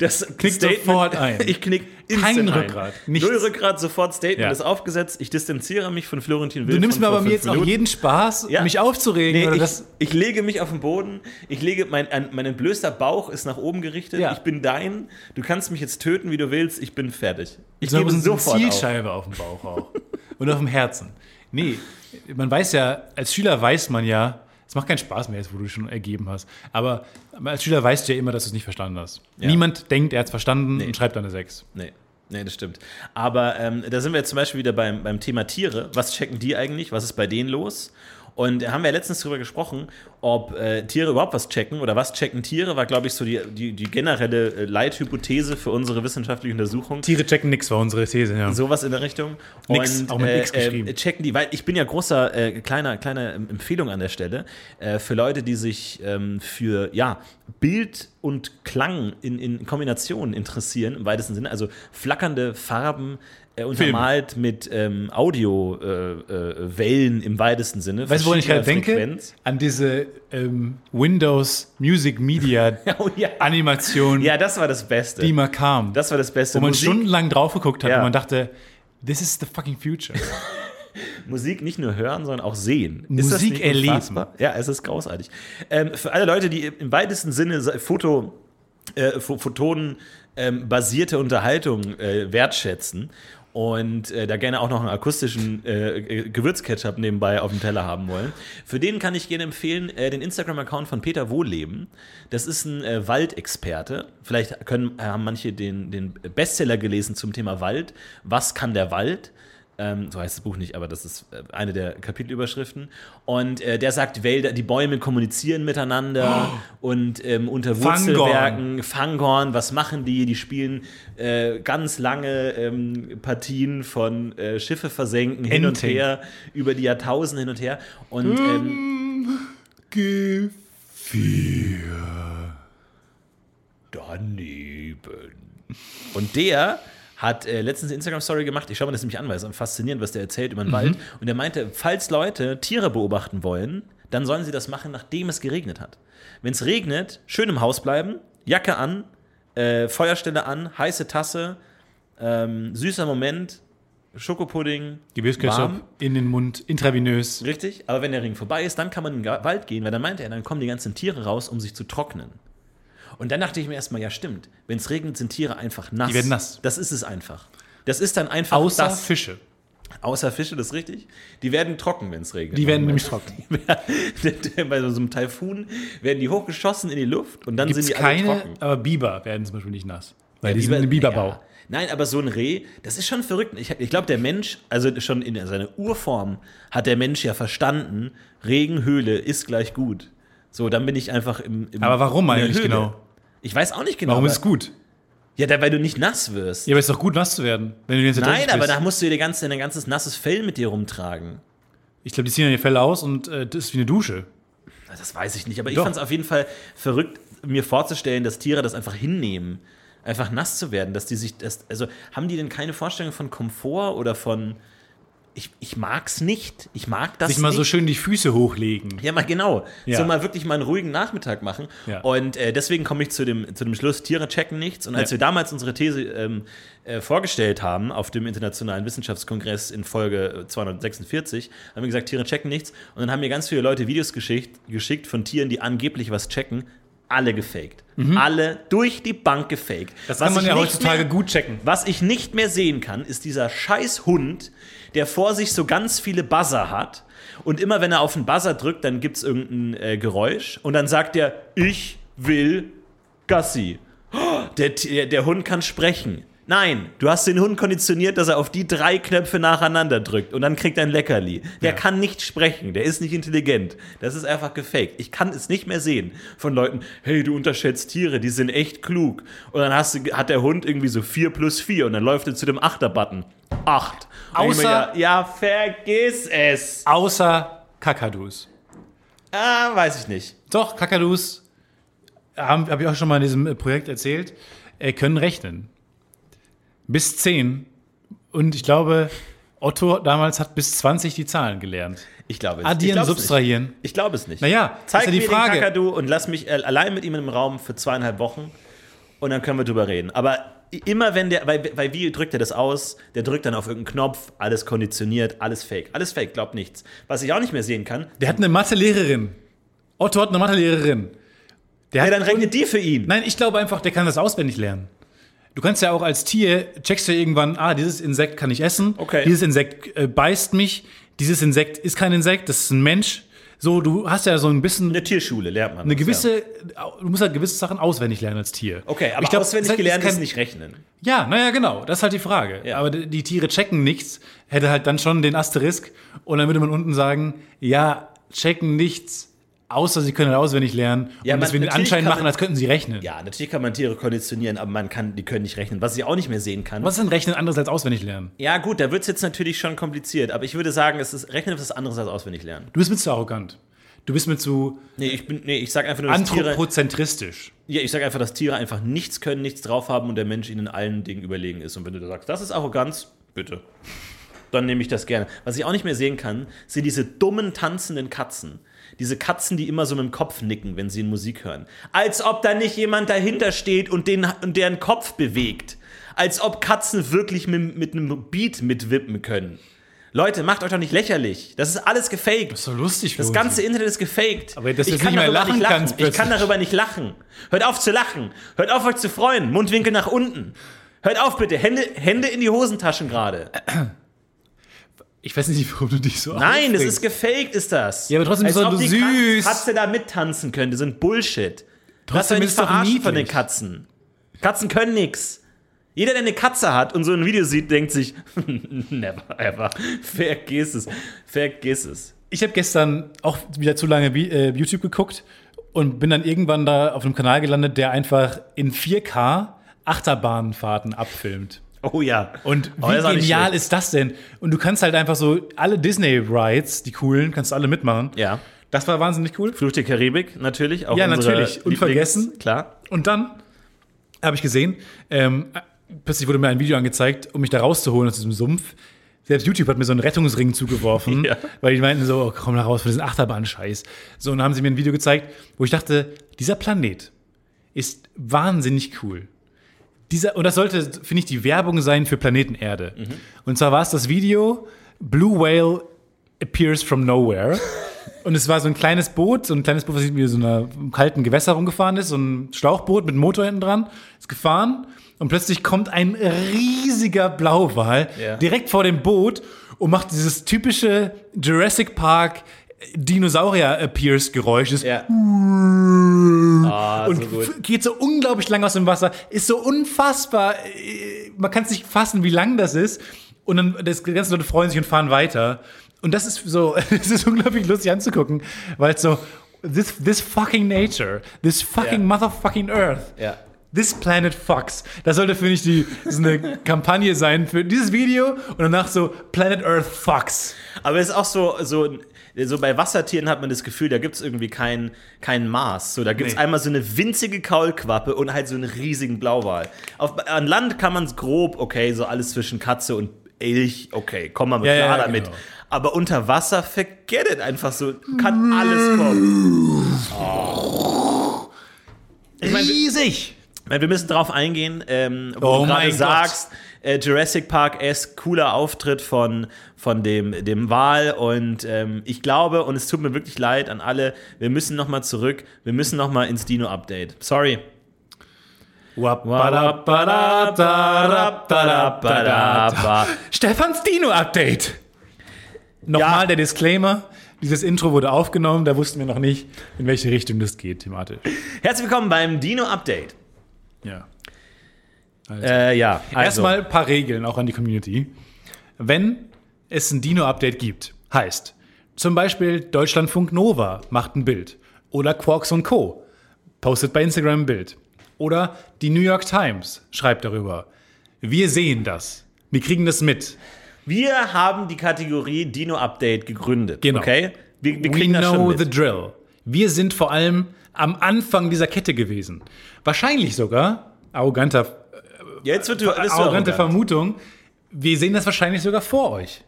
Speaker 3: Das
Speaker 2: Knickt sofort ein.
Speaker 3: Ich knick
Speaker 2: Kein
Speaker 3: instant ein.
Speaker 2: Rückgrat, nichts.
Speaker 3: Null Rückgrat, sofort Statement
Speaker 2: Ja.
Speaker 3: ist aufgesetzt. Ich distanziere mich von Florentin Will.
Speaker 2: Du nimmst
Speaker 3: von
Speaker 2: mir aber
Speaker 3: vor
Speaker 2: mir
Speaker 3: fünf
Speaker 2: jetzt auch
Speaker 3: Minuten.
Speaker 2: jeden Spaß,
Speaker 3: Ja.
Speaker 2: mich aufzuregen.
Speaker 3: Nee,
Speaker 2: oder
Speaker 3: ich,
Speaker 2: das,
Speaker 3: ich lege mich auf den Boden, ich lege mein, ein- mein entblößter Bauch ist nach oben gerichtet,
Speaker 2: Ja.
Speaker 3: ich bin dein, du kannst mich jetzt töten, wie du willst, ich bin fertig. Ich
Speaker 2: so
Speaker 3: gebe
Speaker 2: eine
Speaker 3: sofort auf.
Speaker 2: Zielscheibe auf. dem Bauch auch. Und auf dem Herzen. Nee, man weiß ja, als Schüler weiß man ja, es macht keinen Spaß mehr, jetzt, wo du schon ergeben hast. Aber als Schüler weißt du ja immer, dass du es nicht verstanden hast. Niemand denkt, er hat es verstanden und schreibt dann eine 6.
Speaker 3: Nee. Nee, das stimmt. Aber ähm, da sind wir jetzt zum Beispiel wieder beim, beim Thema Tiere. Was checken die eigentlich? Was ist bei denen los? Und da haben wir ja letztens drüber gesprochen, ob äh, Tiere überhaupt was checken oder was checken Tiere, war, glaube ich, so die, die, die generelle äh, Leithypothese für unsere wissenschaftliche Untersuchung.
Speaker 2: Tiere checken nichts, war unsere These. Ja.
Speaker 3: Sowas in der Richtung.
Speaker 2: Nix, auch mit X geschrieben.
Speaker 3: äh, checken die, weil ich bin ja großer, äh, kleiner, kleiner ähm, Empfehlung an der Stelle äh, für Leute, die sich ähm, für ja, Bild und Klang in, in Kombination interessieren, im weitesten Sinne. Also flackernde Farben äh, untermalt mit ähm, Audiowellen äh, äh, Wellen im weitesten Sinne.
Speaker 2: Weißt du, woran ich gerade
Speaker 3: verschiedener
Speaker 2: denke?
Speaker 3: Frequenz.
Speaker 2: An diese ähm, Windows Music Media
Speaker 3: Oh, ja.
Speaker 2: Animation,
Speaker 3: ja, das war das Beste.
Speaker 2: die mal kam.
Speaker 3: das war das Beste.
Speaker 2: wo man
Speaker 3: Musik,
Speaker 2: stundenlang drauf geguckt hat
Speaker 3: Ja.
Speaker 2: und man dachte, this is the fucking future.
Speaker 3: Musik nicht nur hören, sondern auch sehen. das
Speaker 2: Musik
Speaker 3: nicht
Speaker 2: erleben.
Speaker 3: unfassbar? Ja, es ist großartig. Ähm, für alle Leute, die im weitesten Sinne se- Foto, äh, Fo- Photonen ähm, basierte Unterhaltung äh, wertschätzen und äh, da gerne auch noch einen akustischen äh, äh, Gewürzketchup nebenbei auf dem Teller haben wollen. Für den kann ich gerne empfehlen, äh, den Instagram-Account von Peter Wohleben. Das ist ein äh, Waldexperte. Vielleicht können, haben manche den, den Bestseller gelesen zum Thema Wald. Was kann der Wald? Ähm, so heißt das Buch nicht, aber das ist äh, eine der Kapitelüberschriften. Und äh, der sagt, Wälder, die Bäume kommunizieren miteinander und ähm, unter
Speaker 2: Fangorn.
Speaker 3: Wurzelwerken, Fangorn, was machen die? Die spielen äh, ganz lange ähm, Partien von äh, Schiffe versenken, hin und
Speaker 2: Enting.
Speaker 3: her, über die Jahrtausende hin und her. Und ähm,
Speaker 2: Gefühl.
Speaker 3: daneben. Und der hat äh, letztens eine Instagram-Story gemacht. Ich schaue mir das nämlich an, weil es ist faszinierend, was der erzählt über den Wald. Und er meinte, falls Leute Tiere beobachten wollen, dann sollen sie das machen, nachdem es geregnet hat. Wenn es regnet, schön im Haus bleiben, Jacke an, äh, Feuerstelle an, heiße Tasse, ähm, süßer Moment, Schokopudding, warm.
Speaker 2: Gebirgsketchup in den Mund, intravenös.
Speaker 3: Richtig, aber wenn der Ring vorbei ist, dann kann man in den Ga- Wald gehen, weil dann meinte er, dann kommen die ganzen Tiere raus, um sich zu trocknen. Und dann dachte ich mir erstmal, ja stimmt, wenn es regnet, sind Tiere einfach nass.
Speaker 2: Die werden nass.
Speaker 3: Das ist es einfach. Das ist dann einfach
Speaker 2: Außer
Speaker 3: das.
Speaker 2: Fische.
Speaker 3: Außer Fische, das ist richtig. Die werden trocken, wenn es regnet.
Speaker 2: Die werden nämlich
Speaker 3: Moment.
Speaker 2: trocken.
Speaker 3: Bei so einem Taifun werden die hochgeschossen in die Luft und dann
Speaker 2: Gibt es
Speaker 3: sind die alle
Speaker 2: keine,
Speaker 3: trocken.
Speaker 2: aber Biber werden zum Beispiel nicht nass. Weil die
Speaker 3: Biber-
Speaker 2: sind im Biberbau.
Speaker 3: Ja. Nein, aber so ein Reh, das ist schon verrückt. Ich, ich glaube, der Mensch, also schon in seiner Urform, hat der Mensch ja verstanden, Regenhöhle ist gleich gut. So, dann bin ich einfach im. im
Speaker 2: Aber warum
Speaker 3: in der
Speaker 2: eigentlich
Speaker 3: Höhle.
Speaker 2: genau?
Speaker 3: Ich weiß auch nicht genau.
Speaker 2: Warum
Speaker 3: aber-
Speaker 2: ist es gut?
Speaker 3: Ja, da, weil du nicht nass wirst.
Speaker 2: Ja, aber es ist doch gut, nass zu werden, wenn du die ganze Zeit
Speaker 3: Nein,
Speaker 2: dreckig
Speaker 3: aber
Speaker 2: bist.
Speaker 3: da musst du dir die ganze, dein ganzes nasses Fell mit dir rumtragen.
Speaker 2: Ich glaube, die ziehen dann die Fälle aus und äh, das ist wie eine Dusche.
Speaker 3: Das weiß ich nicht, aber ich
Speaker 2: Doch.
Speaker 3: fand es auf jeden Fall verrückt, mir vorzustellen, dass Tiere das einfach hinnehmen, einfach nass zu werden, dass die sich das. Also haben die denn keine Vorstellung von Komfort oder von. Ich, ich mag's nicht. Ich mag das
Speaker 2: Sich mal
Speaker 3: nicht.
Speaker 2: so schön die Füße hochlegen.
Speaker 3: ja, mal genau.
Speaker 2: Hm. Ja.
Speaker 3: So mal wirklich mal einen ruhigen Nachmittag machen.
Speaker 2: Ja.
Speaker 3: Und äh, deswegen komme ich zu dem, zu dem Schluss, Tiere checken nichts. Und als
Speaker 2: Ja.
Speaker 3: wir damals unsere These ähm, äh, vorgestellt haben auf dem Internationalen Wissenschaftskongress in Folge äh, 246, haben wir gesagt, Tiere checken nichts. Und dann haben mir ganz viele Leute Videos geschickt, geschickt von Tieren, die angeblich was checken. Alle gefaked. Alle durch die Bank gefaked.
Speaker 2: Mhm. Das
Speaker 3: Was
Speaker 2: kann man
Speaker 3: ich
Speaker 2: ja
Speaker 3: nicht
Speaker 2: heutzutage
Speaker 3: mehr-
Speaker 2: gut checken.
Speaker 3: was ich nicht mehr sehen kann, ist dieser scheiß Hund, der vor sich so ganz viele Buzzer hat. Und immer wenn er auf den Buzzer drückt, dann gibt es irgendein äh, Geräusch. Und dann sagt er, ich will Gassi. Oh, Der, T- der, der Hund kann sprechen. Nein, du hast den Hund konditioniert, dass er auf die drei Knöpfe nacheinander drückt und dann kriegt er ein Leckerli. Der
Speaker 2: Ja.
Speaker 3: kann nicht sprechen, der ist nicht intelligent. Das ist einfach gefaked. Ich kann es nicht mehr sehen von Leuten, hey, du unterschätzt Tiere, die sind echt klug. Und dann hast du, hat der Hund irgendwie so 4 plus 4 und dann läuft er zu dem Achter-Button. acht. Und ich mir
Speaker 2: Außer-
Speaker 3: ja, ja, vergiss es.
Speaker 2: Außer Kakadus.
Speaker 3: Ah, weiß ich nicht.
Speaker 2: Doch, Kakadus, habe hab ich auch schon mal in diesem äh, Projekt erzählt, äh, können rechnen. Bis 10. Und ich glaube, Otto damals hat bis 20 die Zahlen gelernt.
Speaker 3: Ich glaube es. ich
Speaker 2: Addieren,
Speaker 3: glaube es
Speaker 2: subtrahieren.
Speaker 3: Nicht. Ich glaube es nicht.
Speaker 2: Naja,
Speaker 3: Zeig
Speaker 2: ist ja die
Speaker 3: mir
Speaker 2: Frage.
Speaker 3: den Kakadu und lass mich äh, allein mit ihm im Raum für zweieinhalb Wochen und dann können wir drüber reden. Aber immer wenn der, weil, weil wie drückt er das aus? Der drückt dann auf irgendeinen Knopf, alles konditioniert, alles fake. Alles fake, glaubt nichts. Was ich auch nicht mehr sehen kann,
Speaker 2: Der hat eine Mathelehrerin. Otto hat eine Mathelehrerin. Der
Speaker 3: ja,
Speaker 2: hat
Speaker 3: dann rechnet die für ihn.
Speaker 2: Nein, ich glaube einfach, der kann das auswendig lernen. Du kannst ja auch als Tier, checkst du ja irgendwann, ah, dieses Insekt kann ich essen,
Speaker 3: Okay.
Speaker 2: dieses Insekt äh, beißt mich, dieses Insekt ist kein Insekt, das ist ein Mensch. So, du hast ja so ein bisschen
Speaker 3: Eine Tierschule lernt man.
Speaker 2: eine
Speaker 3: das, Ja.
Speaker 2: gewisse, du musst halt gewisse Sachen auswendig lernen als Tier.
Speaker 3: Okay, aber
Speaker 2: Ich glaub,
Speaker 3: auswendig
Speaker 2: Insekt
Speaker 3: gelernt ist
Speaker 2: kein-
Speaker 3: nicht rechnen.
Speaker 2: Ja, naja, genau, das ist halt die Frage.
Speaker 3: Ja.
Speaker 2: Aber die die Tiere checken nichts, hätte halt dann schon den Asterisk und dann würde man unten sagen, ja, checken nichts, außer sie können halt auswendig lernen
Speaker 3: Ja,
Speaker 2: und
Speaker 3: man-
Speaker 2: deswegen den
Speaker 3: natürlich
Speaker 2: Anschein
Speaker 3: kann
Speaker 2: machen,
Speaker 3: man-
Speaker 2: als könnten sie rechnen.
Speaker 3: Ja, natürlich kann man Tiere konditionieren, aber man kann, die können nicht rechnen. Was ich auch nicht mehr sehen kann.
Speaker 2: Was ist denn Rechnen anderes als auswendig lernen?
Speaker 3: Ja, gut, da wird es jetzt natürlich schon kompliziert, aber ich würde sagen, es ist, Rechnen ist was anderes als auswendig lernen.
Speaker 2: Du bist mir zu arrogant. Du bist mir zu
Speaker 3: Nee, ich bin, nee, ich sag einfach nur, dass Tiere,
Speaker 2: anthropozentristisch.
Speaker 3: ja, ich sag einfach, dass Tiere einfach nichts können, nichts drauf haben und der Mensch ihnen in allen Dingen überlegen ist. Und wenn du da sagst, das ist Arroganz, bitte. Dann nehme ich das gerne. Was ich auch nicht mehr sehen kann, sind diese dummen tanzenden Katzen. Diese Katzen, die immer so mit dem Kopf nicken, wenn sie in Musik hören. Als ob da nicht jemand dahinter steht und, den, und deren Kopf bewegt. Als ob Katzen wirklich mit, mit einem Beat mitwippen können. Leute, macht euch doch nicht lächerlich. Das ist alles gefaked.
Speaker 2: So lustig.
Speaker 3: Das ganze Internet ist gefaked.
Speaker 2: Aber dass du
Speaker 3: ich
Speaker 2: jetzt
Speaker 3: kann
Speaker 2: nicht mehr
Speaker 3: darüber
Speaker 2: lachen
Speaker 3: nicht lachen.
Speaker 2: kannst
Speaker 3: ich kann
Speaker 2: plötzlich.
Speaker 3: darüber nicht lachen. Hört auf zu lachen. Hört auf euch zu freuen. Mundwinkel nach unten. Hört auf bitte. Hände, Hände in die Hosentaschen gerade.
Speaker 2: Äh, Ich weiß nicht, warum du dich so
Speaker 3: Nein, das
Speaker 2: aufregst.
Speaker 3: ist gefaked, ist das.
Speaker 2: Ja, aber trotzdem
Speaker 3: Als
Speaker 2: ist doch
Speaker 3: ob die
Speaker 2: süß.
Speaker 3: Katze da mittanzen könnte. So ein Bullshit. Lass
Speaker 2: Trotzdem
Speaker 3: euch nicht
Speaker 2: ist doch
Speaker 3: verarschen von den
Speaker 2: niedlich.
Speaker 3: Katzen. Katzen können nix. Jeder, der eine Katze hat und so ein Video sieht, denkt sich, never ever. Vergiss es. Vergiss es.
Speaker 2: Ich habe gestern auch wieder zu lange Bi- äh, YouTube geguckt und bin dann irgendwann da auf einem Kanal gelandet, der einfach in 4K Achterbahnfahrten abfilmt.
Speaker 3: Oh ja.
Speaker 2: Und
Speaker 3: Aber das
Speaker 2: wie
Speaker 3: ist auch nicht
Speaker 2: genial
Speaker 3: schlecht.
Speaker 2: ist das denn? Und du kannst halt einfach so alle Disney Rides, die coolen, kannst du alle mitmachen.
Speaker 3: Ja.
Speaker 2: Das war wahnsinnig cool.
Speaker 3: Fluch der Karibik, natürlich. Auch
Speaker 2: Ja,
Speaker 3: unsere
Speaker 2: natürlich.
Speaker 3: Lieblings-
Speaker 2: Unvergessen.
Speaker 3: Klar.
Speaker 2: Und dann habe ich gesehen, ähm, plötzlich wurde mir ein Video angezeigt, um mich da rauszuholen aus diesem Sumpf. Selbst YouTube hat mir so einen Rettungsring zugeworfen,
Speaker 3: Ja.
Speaker 2: weil die meinten so, oh, komm da raus von diesem Achterbahn-Scheiß. So, und dann haben sie mir ein Video gezeigt, wo ich dachte, dieser Planet ist wahnsinnig cool. Dieser, und das sollte, finde ich, die Werbung sein für Planeten Erde. Und zwar war es das Video Blue Whale Appears from Nowhere. Und es war so ein kleines Boot, so ein kleines Boot, was irgendwie so in einem kalten Gewässer rumgefahren ist, so ein Schlauchboot mit Motor hinten dran, ist gefahren und plötzlich kommt ein riesiger Blauwal
Speaker 3: Ja.
Speaker 2: direkt vor dem Boot und macht dieses typische Jurassic Park Dinosaurier-Appears-Geräusch. Das
Speaker 3: Ja. Ah,
Speaker 2: und
Speaker 3: so gut.
Speaker 2: f- geht so unglaublich lang aus dem Wasser, ist so unfassbar, äh, man kann es nicht fassen, wie lang das ist. Und dann das die ganzen Leute freuen sich und fahren weiter. Und das ist so, es ist unglaublich lustig anzugucken, weil es so this this fucking nature, this fucking
Speaker 3: Ja.
Speaker 2: motherfucking earth.
Speaker 3: Ja.
Speaker 2: This Planet Fox. Das sollte, finde ich, die, so eine Kampagne sein für dieses Video und danach so Planet Earth Fox.
Speaker 3: Aber es ist auch so, so, so bei Wassertieren hat man das Gefühl, da gibt es irgendwie kein, kein Maß. So, da gibt es
Speaker 2: Nee.
Speaker 3: einmal so eine winzige Kaulquappe und halt so einen riesigen Blauwal. Auf, an Land kann man es grob, okay, so alles zwischen Katze und Elch, okay, komm mal mit
Speaker 2: Ja, ja,
Speaker 3: klar
Speaker 2: ja,
Speaker 3: damit.
Speaker 2: genau.
Speaker 3: Aber unter Wasser, forget it einfach so, kann alles kommen.
Speaker 2: Riesig!
Speaker 3: Ich meine, wir müssen drauf eingehen, ähm, wo
Speaker 2: Oh
Speaker 3: du
Speaker 2: mein
Speaker 3: gerade
Speaker 2: Gott.
Speaker 3: sagst, äh, Jurassic Park S, cooler Auftritt von, von dem, dem Wal. Und ähm, ich glaube, und es tut mir wirklich leid an alle, wir müssen nochmal zurück, wir müssen nochmal ins Dino-Update. Sorry.
Speaker 2: Stefans Dino-Update. Nochmal
Speaker 3: Ja.
Speaker 2: der Disclaimer. Dieses Intro wurde aufgenommen, da wussten wir noch nicht, in welche Richtung das geht thematisch.
Speaker 3: Herzlich willkommen beim Dino-Update.
Speaker 2: Ja.
Speaker 3: Äh, ja, also.
Speaker 2: Erstmal ein paar Regeln auch an die Community. Wenn es ein Dino-Update gibt, heißt zum Beispiel Deutschlandfunk Nova macht ein Bild oder Quarks und Co. postet bei Instagram ein Bild oder die New York Times schreibt darüber. Wir sehen das. Wir kriegen das mit.
Speaker 3: Wir haben die Kategorie Dino Update gegründet.
Speaker 2: Genau.
Speaker 3: Okay? Wir, wir
Speaker 2: We
Speaker 3: kriegen das schon
Speaker 2: know
Speaker 3: mit.
Speaker 2: the drill. Wir sind vor allem am Anfang dieser Kette gewesen. Wahrscheinlich sogar, arroganter,
Speaker 3: Jetzt wird alles so
Speaker 2: arrogante
Speaker 3: arrogant.
Speaker 2: Vermutung, wir sehen das wahrscheinlich sogar vor euch.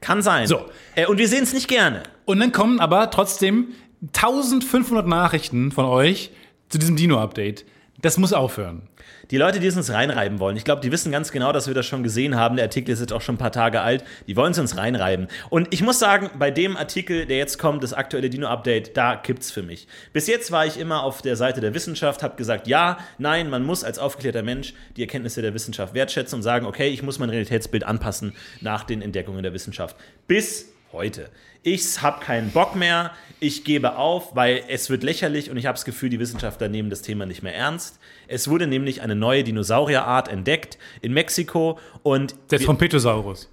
Speaker 3: Kann sein.
Speaker 2: So.
Speaker 3: Äh, und wir sehen es nicht gerne.
Speaker 2: Und dann kommen aber trotzdem 1500 Nachrichten von euch zu diesem Dino-Update. Das muss aufhören.
Speaker 3: Die Leute, die es uns reinreiben wollen, ich glaube, die wissen ganz genau, dass wir das schon gesehen haben. Der Artikel ist jetzt auch schon ein paar Tage alt. Die wollen es uns reinreiben. Und ich muss sagen, bei dem Artikel, der jetzt kommt, das aktuelle Dino-Update, da kippt's für mich. Bis jetzt war ich immer auf der Seite der Wissenschaft, habe gesagt, ja, nein, man muss als aufgeklärter Mensch die Erkenntnisse der Wissenschaft wertschätzen und sagen, okay, ich muss mein Realitätsbild anpassen nach den Entdeckungen der Wissenschaft. Bis heute. Ich habe keinen Bock mehr, ich gebe auf, weil es wird lächerlich und ich habe das Gefühl, die Wissenschaftler nehmen das Thema nicht mehr ernst. Es wurde nämlich eine neue Dinosaurierart entdeckt in Mexiko und
Speaker 2: Selbst
Speaker 3: wir-
Speaker 2: vom Petosaurus.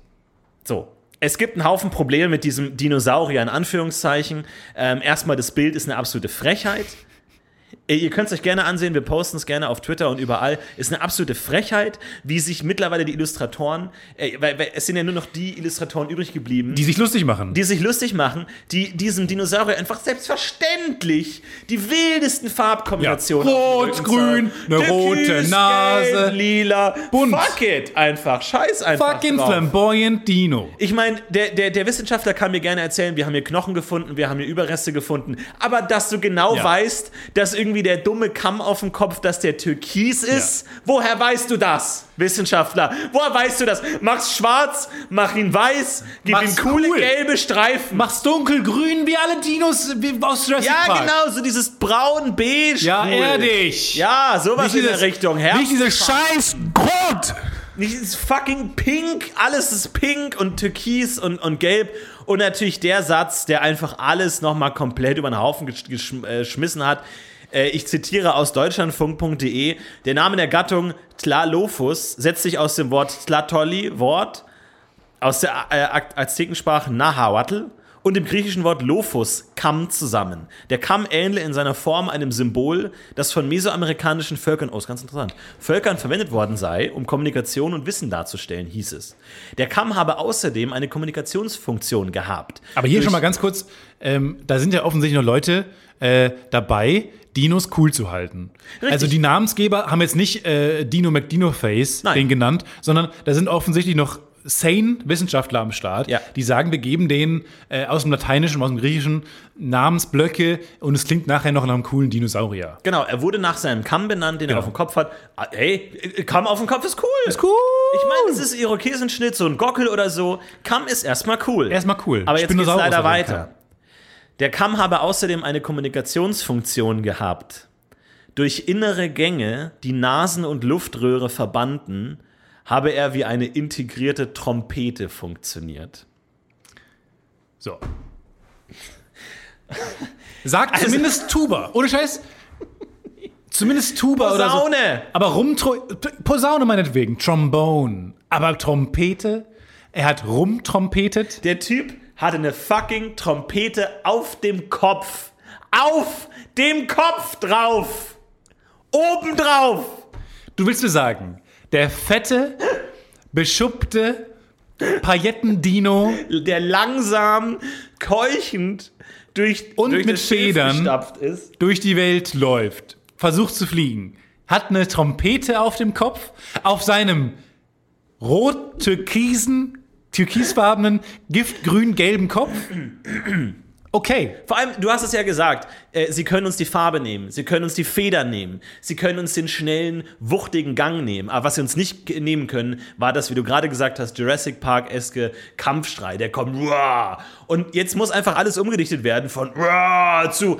Speaker 3: so. Es gibt einen Haufen Probleme mit diesem Dinosaurier in Anführungszeichen. Ähm, erstmal, das Bild ist eine absolute Frechheit. Äh, Ihr könnt es euch gerne ansehen, wir posten es gerne auf Twitter und überall. Ist eine absolute Frechheit, wie sich mittlerweile die Illustratoren, äh, weil, weil es sind ja nur noch die Illustratoren übrig geblieben,
Speaker 2: Die sich lustig machen.
Speaker 3: die sich lustig machen, die diesem Dinosaurier einfach selbstverständlich die wildesten Farbkombinationen.
Speaker 2: Ja.
Speaker 3: auf den
Speaker 2: Rot,
Speaker 3: Rücken
Speaker 2: grün,
Speaker 3: zaubern.
Speaker 2: eine rote
Speaker 3: Türkis,
Speaker 2: Nase.
Speaker 3: gelb, Lila.
Speaker 2: Bunt.
Speaker 3: Fuck it einfach. Scheiß einfach.
Speaker 2: Fucking
Speaker 3: drauf.
Speaker 2: flamboyant Dino.
Speaker 3: Ich meine, der, der, der Wissenschaftler kann mir gerne erzählen, wir haben hier Knochen gefunden, wir haben hier Überreste gefunden. Aber dass du genau
Speaker 2: Ja.
Speaker 3: weißt, dass irgendwie der dumme Kamm auf dem Kopf, dass der türkis ist, woher weißt du das, Wissenschaftler? Woher weißt du das? Mach's schwarz, mach ihn weiß, gib
Speaker 2: Mach's
Speaker 3: ihm coole
Speaker 2: cool.
Speaker 3: gelbe Streifen.
Speaker 2: Mach's dunkelgrün wie alle Dinos wie aus Jurassic
Speaker 3: ja,
Speaker 2: Park.
Speaker 3: genau, so dieses braun-beige.
Speaker 2: Ja,
Speaker 3: cool.
Speaker 2: erdig.
Speaker 3: Ja, sowas
Speaker 2: Nicht
Speaker 3: in der
Speaker 2: dieses-
Speaker 3: Richtung. Herbst,
Speaker 2: Nicht diese scheiß Grund.
Speaker 3: Nicht dieses fucking Pink, alles ist pink und türkis und, und gelb. Und natürlich der Satz, der einfach alles nochmal komplett über den Haufen gesch- geschm- äh, geschmissen hat. Äh, ich zitiere aus deutschlandfunk.de: Der Name der Gattung Tlalophus setzt sich aus dem Wort Tlatolli, Wort, aus der äh, Ak- Aztekensprache Nahuatl und dem griechischen Wort Lophus, Kamm, zusammen. Der Kamm ähnle in seiner Form einem Symbol, das von mesoamerikanischen Völkern, oh, ist ganz interessant, Völkern verwendet worden sei, um Kommunikation und Wissen darzustellen, hieß es. Der Kamm habe außerdem eine Kommunikationsfunktion gehabt.
Speaker 2: Aber hier
Speaker 3: Durch-
Speaker 2: schon mal ganz kurz, ähm, da sind ja offensichtlich noch Leute äh, dabei, Dinos cool zu halten. Also die Namensgeber haben jetzt nicht äh, Dino McDinoface
Speaker 3: Nein.
Speaker 2: den genannt, sondern da sind offensichtlich noch sane Wissenschaftler am Start,
Speaker 3: Ja.
Speaker 2: die sagen, wir geben denen äh, aus dem Lateinischen, aus dem Griechischen Namensblöcke und es klingt nachher noch nach einem coolen Dinosaurier.
Speaker 3: Genau, er wurde nach seinem Kamm benannt, den er auf dem Kopf hat. Ah, Ey, äh, Kamm auf dem Kopf ist cool. Ist
Speaker 2: Genau. Cool!
Speaker 3: Ich meine, es ist Irokesenschnitt, so ein Gockel oder so. Kamm ist erstmal cool.
Speaker 2: Erstmal cool.
Speaker 3: Aber jetzt geht's
Speaker 2: Spinosaurus
Speaker 3: leider
Speaker 2: auf jeden Fall.
Speaker 3: weiter. Der Kamm habe außerdem eine Kommunikationsfunktion gehabt. Durch innere Gänge, die Nasen- und Luftröhre verbanden, habe er wie eine integrierte Trompete funktioniert.
Speaker 2: So. Sagt zumindest Tuba. Ohne Scheiß. Zumindest Tuba oder so.
Speaker 3: Saune!
Speaker 2: Aber Rumtro Posaune meinetwegen. Trombone. Aber Trompete? Er hat rumtrompetet.
Speaker 3: Der Typ hatte eine fucking Trompete auf dem Kopf. Auf dem Kopf drauf! Oben drauf!
Speaker 2: Du willst mir sagen, der fette, beschuppte Paillettendino
Speaker 3: Der langsam, keuchend durch,
Speaker 2: Und
Speaker 3: durch
Speaker 2: mit
Speaker 3: das Schilf
Speaker 2: Federn.
Speaker 3: gestapft ist.
Speaker 2: durch die Welt läuft, versucht zu fliegen, hat eine Trompete auf dem Kopf, auf seinem rot-türkisen, türkisfarbenen, giftgrün-gelben Kopf. Okay,
Speaker 3: Vor allem, du hast es ja gesagt, äh, sie können uns die Farbe nehmen, sie können uns die Federn nehmen, sie können uns den schnellen, wuchtigen Gang nehmen. Aber was sie uns nicht ge- nehmen können, war das, wie du gerade gesagt hast, Jurassic Park-eske Kampfschrei, der kommt Wah! und jetzt muss einfach alles umgedichtet werden von Wah! zu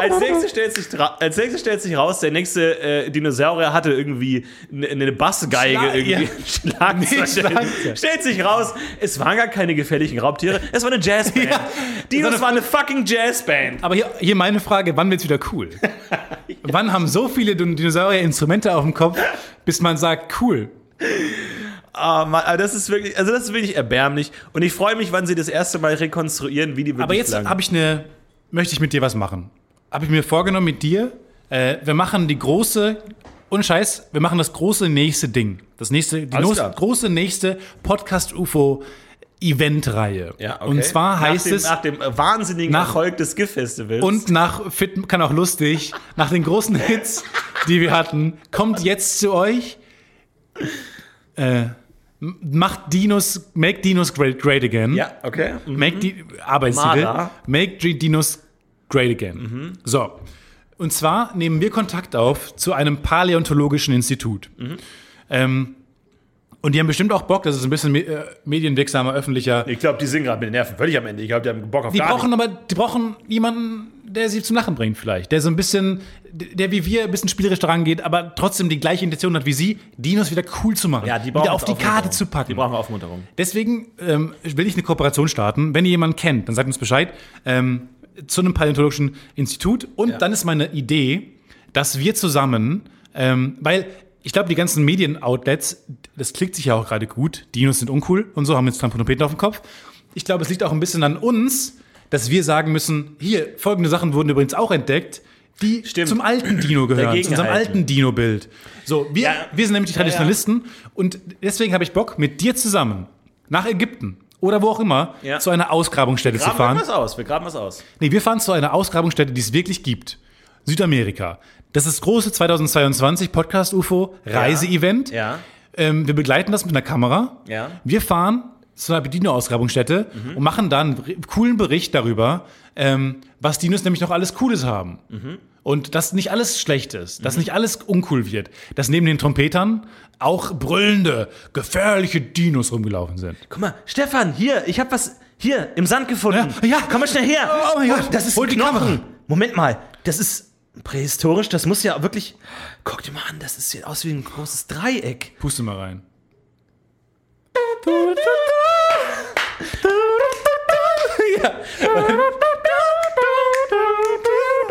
Speaker 3: als nächstes stellt stellt sich, dra- als nächstes stellt sich raus, der nächste äh, Dinosaurier hatte irgendwie eine, eine Bassgeige,
Speaker 2: Schlag-
Speaker 3: irgendwie
Speaker 2: ja.
Speaker 3: ein
Speaker 2: Nee,
Speaker 3: Schlagzeug.
Speaker 2: Schlagzeug.
Speaker 3: stellt sich raus, es waren gar keine gefährlichen Raubtiere, es war eine Jazzband. Dinos war eine fucking Jazzband.
Speaker 2: Aber hier, hier meine Frage, wann wird's wieder cool? Wann haben so viele Din- Dinosaurier Instrumente auf dem Kopf, bis man sagt, cool?
Speaker 3: Ah, Mann, aber das ist wirklich, also das ist wirklich erbärmlich. Und ich freue mich, wann sie das erste Mal rekonstruieren, wie die wirklich
Speaker 2: Aber jetzt
Speaker 3: lang.
Speaker 2: habe ich eine, möchte ich mit dir was machen. Habe ich mir vorgenommen mit dir, äh, wir machen die große, und Scheiß, wir machen das große nächste Ding. Das nächste, die
Speaker 3: Alles
Speaker 2: nos-
Speaker 3: klar.
Speaker 2: große nächste Podcast-UFO-Event-Reihe.
Speaker 3: Ja, okay.
Speaker 2: Und zwar
Speaker 3: Nach
Speaker 2: heißt
Speaker 3: dem,
Speaker 2: es,
Speaker 3: Nach dem äh, wahnsinnigen
Speaker 2: Nach-
Speaker 3: Erfolg des GIF-Festivals.
Speaker 2: und nach Fit kann auch lustig, nach den großen Hits, die wir hatten, kommt jetzt zu euch, äh, m- macht Dinos, make Dinos great, great again.
Speaker 3: Ja, okay. Mhm.
Speaker 2: Make die Arbeitstitel.
Speaker 3: Mara.
Speaker 2: Make G- Dinos great again.
Speaker 3: Mhm.
Speaker 2: So. Und zwar nehmen wir Kontakt auf zu einem paläontologischen Institut.
Speaker 3: Mhm.
Speaker 2: Ähm, und die haben bestimmt auch Bock, das ist ein bisschen me- äh, medienwirksamer, öffentlicher.
Speaker 3: Ich glaube, die sind gerade mit den Nerven völlig am Ende. Ich glaube, die haben Bock auf
Speaker 2: Die
Speaker 3: gar
Speaker 2: brauchen aber, die brauchen jemanden, der sie zum Lachen bringt vielleicht. Der so ein bisschen, der wie wir ein bisschen spielerisch daran geht, aber trotzdem die gleiche Intention hat wie sie, Dinos wieder cool zu machen.
Speaker 3: nichts. Ja, die brauchen
Speaker 2: wieder auf die
Speaker 3: Aufmunterung.
Speaker 2: Karte zu packen.
Speaker 3: Die brauchen Aufmunterung.
Speaker 2: Deswegen ähm, will ich eine Kooperation starten. Wenn ihr jemanden kennt, dann sagt uns Bescheid ähm, zu einem paläontologischen Institut. Und dann ist meine Idee, dass wir zusammen, ähm, weil ich glaube, die ganzen Medienoutlets, das klickt sich ja auch gerade gut. Dinos sind uncool und so haben jetzt Tampon und Peter auf dem Kopf. Ich glaube, es liegt auch ein bisschen an uns, dass wir sagen müssen: Hier, folgende Sachen wurden übrigens auch entdeckt. Die
Speaker 3: Stimmt.
Speaker 2: zum alten Dino gehören, zu unserem
Speaker 3: Dagegenhalten.
Speaker 2: alten Dino-Bild. So, wir,
Speaker 3: Ja.
Speaker 2: wir sind nämlich die
Speaker 3: ja.
Speaker 2: Traditionalisten und deswegen habe ich Bock, mit dir zusammen nach Ägypten oder wo auch immer
Speaker 3: Ja.
Speaker 2: zu einer Ausgrabungsstätte zu
Speaker 3: Graben wir
Speaker 2: fahren.
Speaker 3: was aus. Wir graben was aus.
Speaker 2: Nee, wir fahren zu einer Ausgrabungsstätte, die es wirklich gibt. Südamerika. Das ist das große 2022 Podcast-UFO-Reise-Event.
Speaker 3: Ja.
Speaker 2: Ähm, wir begleiten das mit einer Kamera.
Speaker 3: Ja. Mhm.
Speaker 2: Wir fahren zu einer Bedino-Ausgrabungsstätte und machen dann einen ri- coolen Bericht darüber, ähm, was Dinos nämlich noch alles Cooles haben.
Speaker 3: Mhm.
Speaker 2: Und dass nicht alles schlecht ist, dass nicht alles uncool wird, dass neben den Trompetern auch brüllende, gefährliche Dinos rumgelaufen sind.
Speaker 3: Guck mal, Stefan, hier, ich habe was hier im Sand gefunden.
Speaker 2: Ja, ja.
Speaker 3: Komm mal schnell her.
Speaker 2: Oh mein Gott,
Speaker 3: das ist
Speaker 2: hol
Speaker 3: ein
Speaker 2: die
Speaker 3: Knochen.
Speaker 2: Kamera.
Speaker 3: Moment mal, das ist prähistorisch, das muss ja wirklich Guck dir mal an, das ist sieht aus wie ein großes Dreieck.
Speaker 2: Puste mal rein.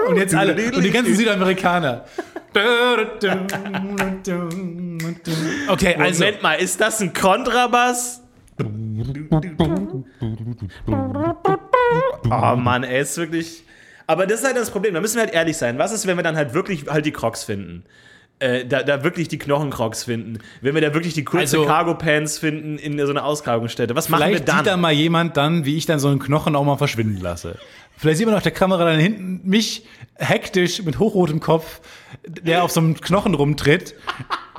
Speaker 2: Und jetzt alle. Und die ganzen Südamerikaner. Okay, also.
Speaker 3: Moment mal, ist das ein Kontrabass? Oh Mann, ey, ist wirklich. Aber das ist halt das Problem. Da müssen wir halt ehrlich sein. Was ist, wenn wir dann halt wirklich halt die Crocs finden? Äh, da, da wirklich die Knochencrocs finden. Wenn wir da wirklich die kurze
Speaker 2: Also-
Speaker 3: Cargo-Pants finden in so einer Ausgrabungsstätte. Was machen wir
Speaker 2: Vielleicht sieht da
Speaker 3: dann?
Speaker 2: mal jemand dann, wie ich dann so einen Knochen auch mal verschwinden lasse. Vielleicht sieht man auf der Kamera dann hinten mich hektisch mit hochrotem Kopf, der auf so einem Knochen rumtritt.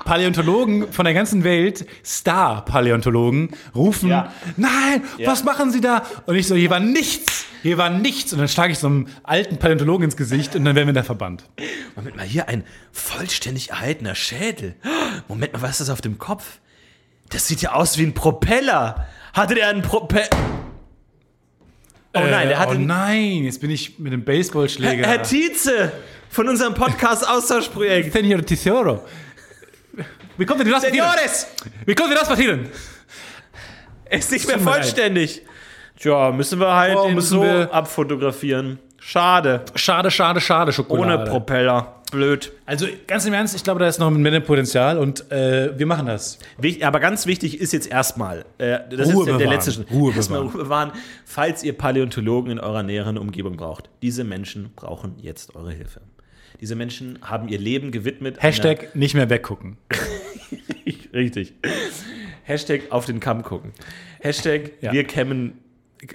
Speaker 2: Paläontologen von der ganzen Welt, Star-Paläontologen, rufen:
Speaker 3: Ja.
Speaker 2: Nein, was machen Sie da? Und ich so: Hier war nichts, hier war nichts. Und dann schlage ich so einem alten Paläontologen ins Gesicht und dann werden wir da verbannt.
Speaker 3: Moment mal, hier ein vollständig erhaltener Schädel. Moment mal, was ist das auf dem Kopf? Das sieht ja aus wie ein Propeller. Hatte der einen Propeller? Oh nein, der hatte
Speaker 2: Oh
Speaker 3: einen
Speaker 2: nein, jetzt bin ich mit dem Baseballschläger.
Speaker 3: Herr Tietze von unserem Podcast Austauschprojekt.
Speaker 2: Senor Tesoro. Wie kommt denn das
Speaker 3: Senores,
Speaker 2: Wie konnte das passieren?
Speaker 3: er ist nicht mehr
Speaker 2: Tut mir leid.
Speaker 3: vollständig. Tja, müssen wir halt
Speaker 2: Oh,
Speaker 3: ihn
Speaker 2: müssen
Speaker 3: so
Speaker 2: wir-
Speaker 3: abfotografieren. Schade,
Speaker 2: Schade, schade, schade,
Speaker 3: ohne
Speaker 2: Schokolade.
Speaker 3: Propeller. Blöd.
Speaker 2: also ganz im Ernst, ich glaube, da ist noch ein Menge Potenzial und äh, wir machen das.
Speaker 3: Wich- Aber ganz wichtig ist jetzt erstmal, äh, das
Speaker 2: Ruhe
Speaker 3: ist der, der
Speaker 2: bewahren.
Speaker 3: letzte
Speaker 2: Ruhe
Speaker 3: erstmal Ruhe bewahren, falls ihr Paläontologen in eurer näheren Umgebung braucht. Diese Menschen brauchen jetzt eure Hilfe. Diese Menschen haben ihr Leben gewidmet.
Speaker 2: Hashtag nicht mehr weggucken.
Speaker 3: Einer, richtig. Hashtag auf den Kamm gucken. Hashtag
Speaker 2: Ja.
Speaker 3: wir kämmen,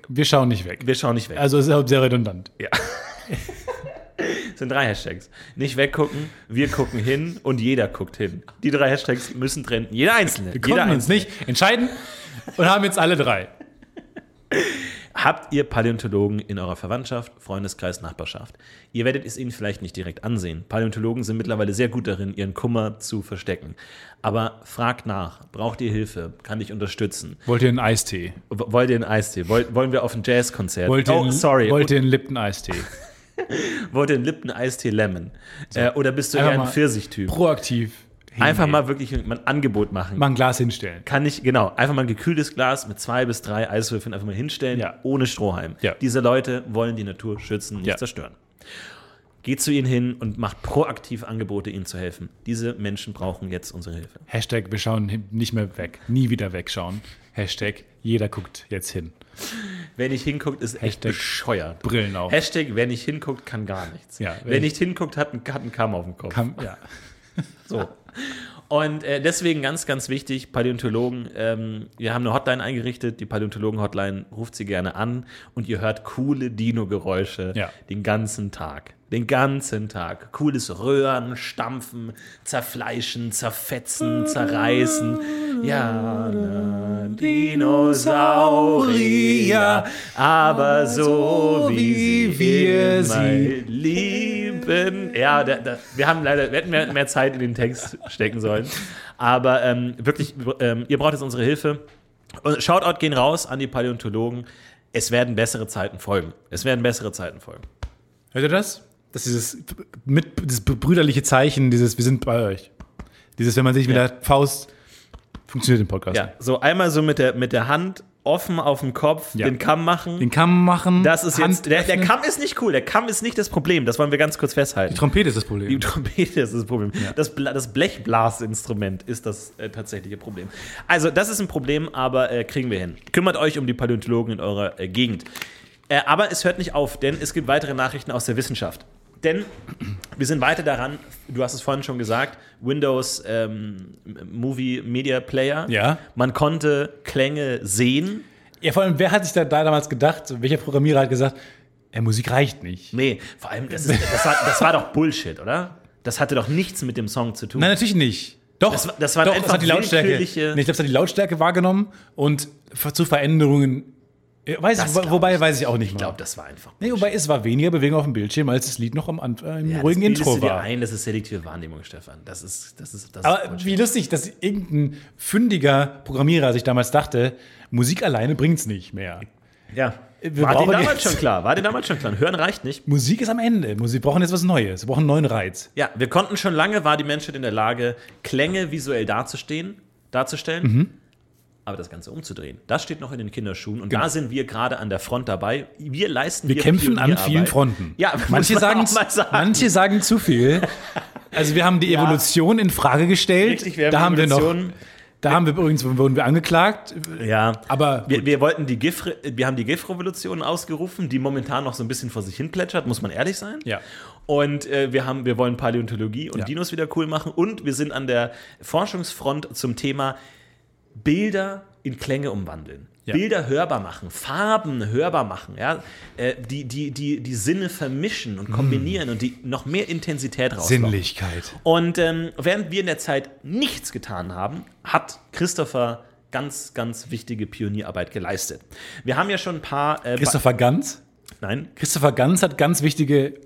Speaker 2: Wir schauen nicht weg.
Speaker 3: wir schauen nicht weg.
Speaker 2: Also es ist auch sehr redundant.
Speaker 3: Das sind drei Hashtags. Nicht weggucken, wir gucken hin und jeder guckt hin. Die drei Hashtags müssen trennen. Jeder einzelne.
Speaker 2: Wir
Speaker 3: jeder
Speaker 2: konnten uns
Speaker 3: einzelne.
Speaker 2: nicht entscheiden und haben jetzt alle drei.
Speaker 3: Habt ihr Paläontologen in eurer Verwandtschaft, Freundeskreis, Nachbarschaft? Ihr werdet es ihnen vielleicht nicht direkt ansehen. Paläontologen sind mittlerweile sehr gut darin, ihren Kummer zu verstecken. Aber fragt nach. Braucht ihr Hilfe? Kann ich unterstützen?
Speaker 2: Wollt ihr einen Eistee?
Speaker 3: W- Wollt ihr einen Eistee? Wollt, wollen wir auf ein Jazzkonzert?
Speaker 2: Wollt ihr,
Speaker 3: oh,
Speaker 2: einen-
Speaker 3: sorry.
Speaker 2: Wollt ihr einen Lipton-Eistee?
Speaker 3: Wollt ihr einen Lipton-Eistee Lemon? Äh, oder bist du
Speaker 2: Einfach
Speaker 3: eher ein
Speaker 2: mal
Speaker 3: Pfirsichtyp?
Speaker 2: Proaktiv. hingehen.
Speaker 3: Einfach mal wirklich mal ein Angebot machen.
Speaker 2: mal ein Glas hinstellen.
Speaker 3: Kann ich, genau, einfach mal ein gekühltes Glas mit zwei bis drei Eiswürfeln einfach mal hinstellen,
Speaker 2: Ja.
Speaker 3: ohne Strohhalm.
Speaker 2: Ja.
Speaker 3: Diese Leute wollen die Natur schützen, nicht
Speaker 2: Ja.
Speaker 3: zerstören. Geht zu ihnen hin und macht proaktiv Angebote, ihnen zu helfen. Diese Menschen brauchen jetzt unsere Hilfe.
Speaker 2: Hashtag, wir schauen hin- nicht mehr weg. Nie wieder wegschauen. Hashtag, jeder guckt jetzt hin.
Speaker 3: Wer nicht hinguckt, ist echt
Speaker 2: Hashtag
Speaker 3: bescheuert.
Speaker 2: Brillen auf.
Speaker 3: Hashtag, wer nicht hinguckt, kann gar nichts.
Speaker 2: Ja,
Speaker 3: wer
Speaker 2: wenn-
Speaker 3: nicht hinguckt, hat einen, hat einen Kamm auf dem Kopf.
Speaker 2: Kam, ja.
Speaker 3: So. Und äh, deswegen ganz, ganz wichtig, Paläontologen, ähm, wir haben eine Hotline eingerichtet, die Paläontologen-Hotline ruft sie gerne an und ihr hört coole Dino-Geräusche
Speaker 2: Ja.
Speaker 3: den ganzen Tag. Den ganzen Tag. Cooles Röhren, Stampfen, Zerfleischen, Zerfetzen, Zerreißen. Ja, ne. na, Dinosaurier, aber so wie wir sie lieben. Ja, da, da, wir haben leider, wir hätten mehr, mehr Zeit in den Text stecken sollen. Aber ähm, wirklich, ähm, ihr braucht jetzt unsere Hilfe. Und Shoutout gehen raus an die Paläontologen. Es werden bessere Zeiten folgen. Es werden bessere Zeiten folgen.
Speaker 2: Hört ihr das? Das ist dieses, mit, dieses brüderliche Zeichen, dieses Wir sind bei euch. Dieses, wenn man sich mit
Speaker 3: Ja.
Speaker 2: der Faust funktioniert im Podcast.
Speaker 3: Ja, so einmal so mit der, mit der Hand offen auf dem Kopf
Speaker 2: Ja.
Speaker 3: den Kamm machen.
Speaker 2: Den Kamm machen.
Speaker 3: das ist
Speaker 2: Hand
Speaker 3: jetzt, der, der
Speaker 2: öffnen.
Speaker 3: Kamm ist nicht cool. Der Kamm ist nicht das Problem. Das wollen wir ganz kurz festhalten.
Speaker 2: Die Trompete ist das
Speaker 3: Die
Speaker 2: Problem.
Speaker 3: Trompete ist das Problem. Das, Bla- das Blechblasinstrument ist das äh, tatsächliche Problem. Also, das ist ein Problem, aber äh, kriegen wir hin. Kümmert euch um die Paläontologen in eurer äh, Gegend. Äh, aber es hört nicht auf, denn es gibt weitere Nachrichten aus der Wissenschaft. Denn wir sind weiter daran, du hast es vorhin schon gesagt, Windows ähm, Movie Media Player.
Speaker 2: Ja.
Speaker 3: Man konnte Klänge sehen.
Speaker 2: Ja, vor allem, wer hat sich da, da damals gedacht? Welcher Programmierer hat gesagt, ey, Musik reicht nicht?
Speaker 3: Nee, vor allem, das, ist, das, war, das war doch Bullshit, oder? Das hatte doch nichts mit dem Song zu tun.
Speaker 2: Nein, natürlich nicht. Doch,
Speaker 3: Das war- das waren
Speaker 2: doch,
Speaker 3: einfach
Speaker 2: es hat die Lautstärke. Nee, ich
Speaker 3: willkürliche-
Speaker 2: glaube, es hat die Lautstärke wahrgenommen und ver- zu Veränderungen. Ja, Weiß
Speaker 3: Das
Speaker 2: wo-
Speaker 3: glaub
Speaker 2: wobei
Speaker 3: ich
Speaker 2: weiß ich auch nicht
Speaker 3: ich
Speaker 2: mal.
Speaker 3: glaube, das war einfach.
Speaker 2: Nee, wobei es war weniger Bewegung auf dem Bildschirm, als das Lied noch am Anf- äh, im
Speaker 3: Ja,
Speaker 2: ruhigen
Speaker 3: das bildest
Speaker 2: Intro
Speaker 3: du dir
Speaker 2: war.
Speaker 3: ein, das ist selektive Wahrnehmung, Stefan. Das ist, das ist, das ist
Speaker 2: Aber
Speaker 3: Bullshit.
Speaker 2: wie lustig, dass irgendein fündiger Programmierer sich damals dachte, Musik alleine bringt's nicht mehr.
Speaker 3: ja.
Speaker 2: wir
Speaker 3: war dir
Speaker 2: brauchen
Speaker 3: damals
Speaker 2: jetzt-
Speaker 3: schon klar? War dir damals schon klar? Hören reicht nicht.
Speaker 2: Musik ist am Ende. Musik, wir brauchen jetzt was Neues. Wir brauchen einen neuen Reiz.
Speaker 3: Ja, wir konnten schon lange, war die Menschheit in der Lage, Klänge visuell darzustehen, darzustellen.
Speaker 2: Mhm.
Speaker 3: Aber das Ganze umzudrehen, das steht noch in den Kinderschuhen und da sind wir gerade an der Front dabei. Wir leisten
Speaker 2: Genau. Wir
Speaker 3: hier
Speaker 2: kämpfen an
Speaker 3: Pionierarbeit.
Speaker 2: vielen Fronten.
Speaker 3: Ja,
Speaker 2: manche
Speaker 3: muss man
Speaker 2: sagen,
Speaker 3: auch mal sagen.
Speaker 2: manche sagen zu viel. Also wir haben die Evolution in Frage gestellt.
Speaker 3: Richtig, wir haben
Speaker 2: da haben wir noch,
Speaker 3: Evolution.
Speaker 2: da haben wir übrigens wurden wir angeklagt.
Speaker 3: Ja,
Speaker 2: Aber
Speaker 3: wir, wir wollten die GIF, wir haben die GIF-Revolution ausgerufen, die momentan noch so ein bisschen vor sich hin plätschert, muss man ehrlich sein.
Speaker 2: Ja.
Speaker 3: Und äh, wir haben, wir wollen Paläontologie und Dinos wieder cool machen und wir sind an der Forschungsfront zum Thema Bilder in Klänge umwandeln.
Speaker 2: Ja.
Speaker 3: Bilder hörbar machen, Farben hörbar machen, ja? äh, die, die, die, die Sinne vermischen
Speaker 2: Mm.
Speaker 3: und kombinieren und die noch mehr Intensität rauslocken.
Speaker 2: Sinnlichkeit.
Speaker 3: Und ähm, während wir in der Zeit nichts getan haben, hat Christopher ganz, ganz wichtige Pionierarbeit geleistet. Wir haben ja schon ein paar. Äh,
Speaker 2: Christopher Ganz?
Speaker 3: Ba- nein,
Speaker 2: Christopher Ganz hat ganz wichtige.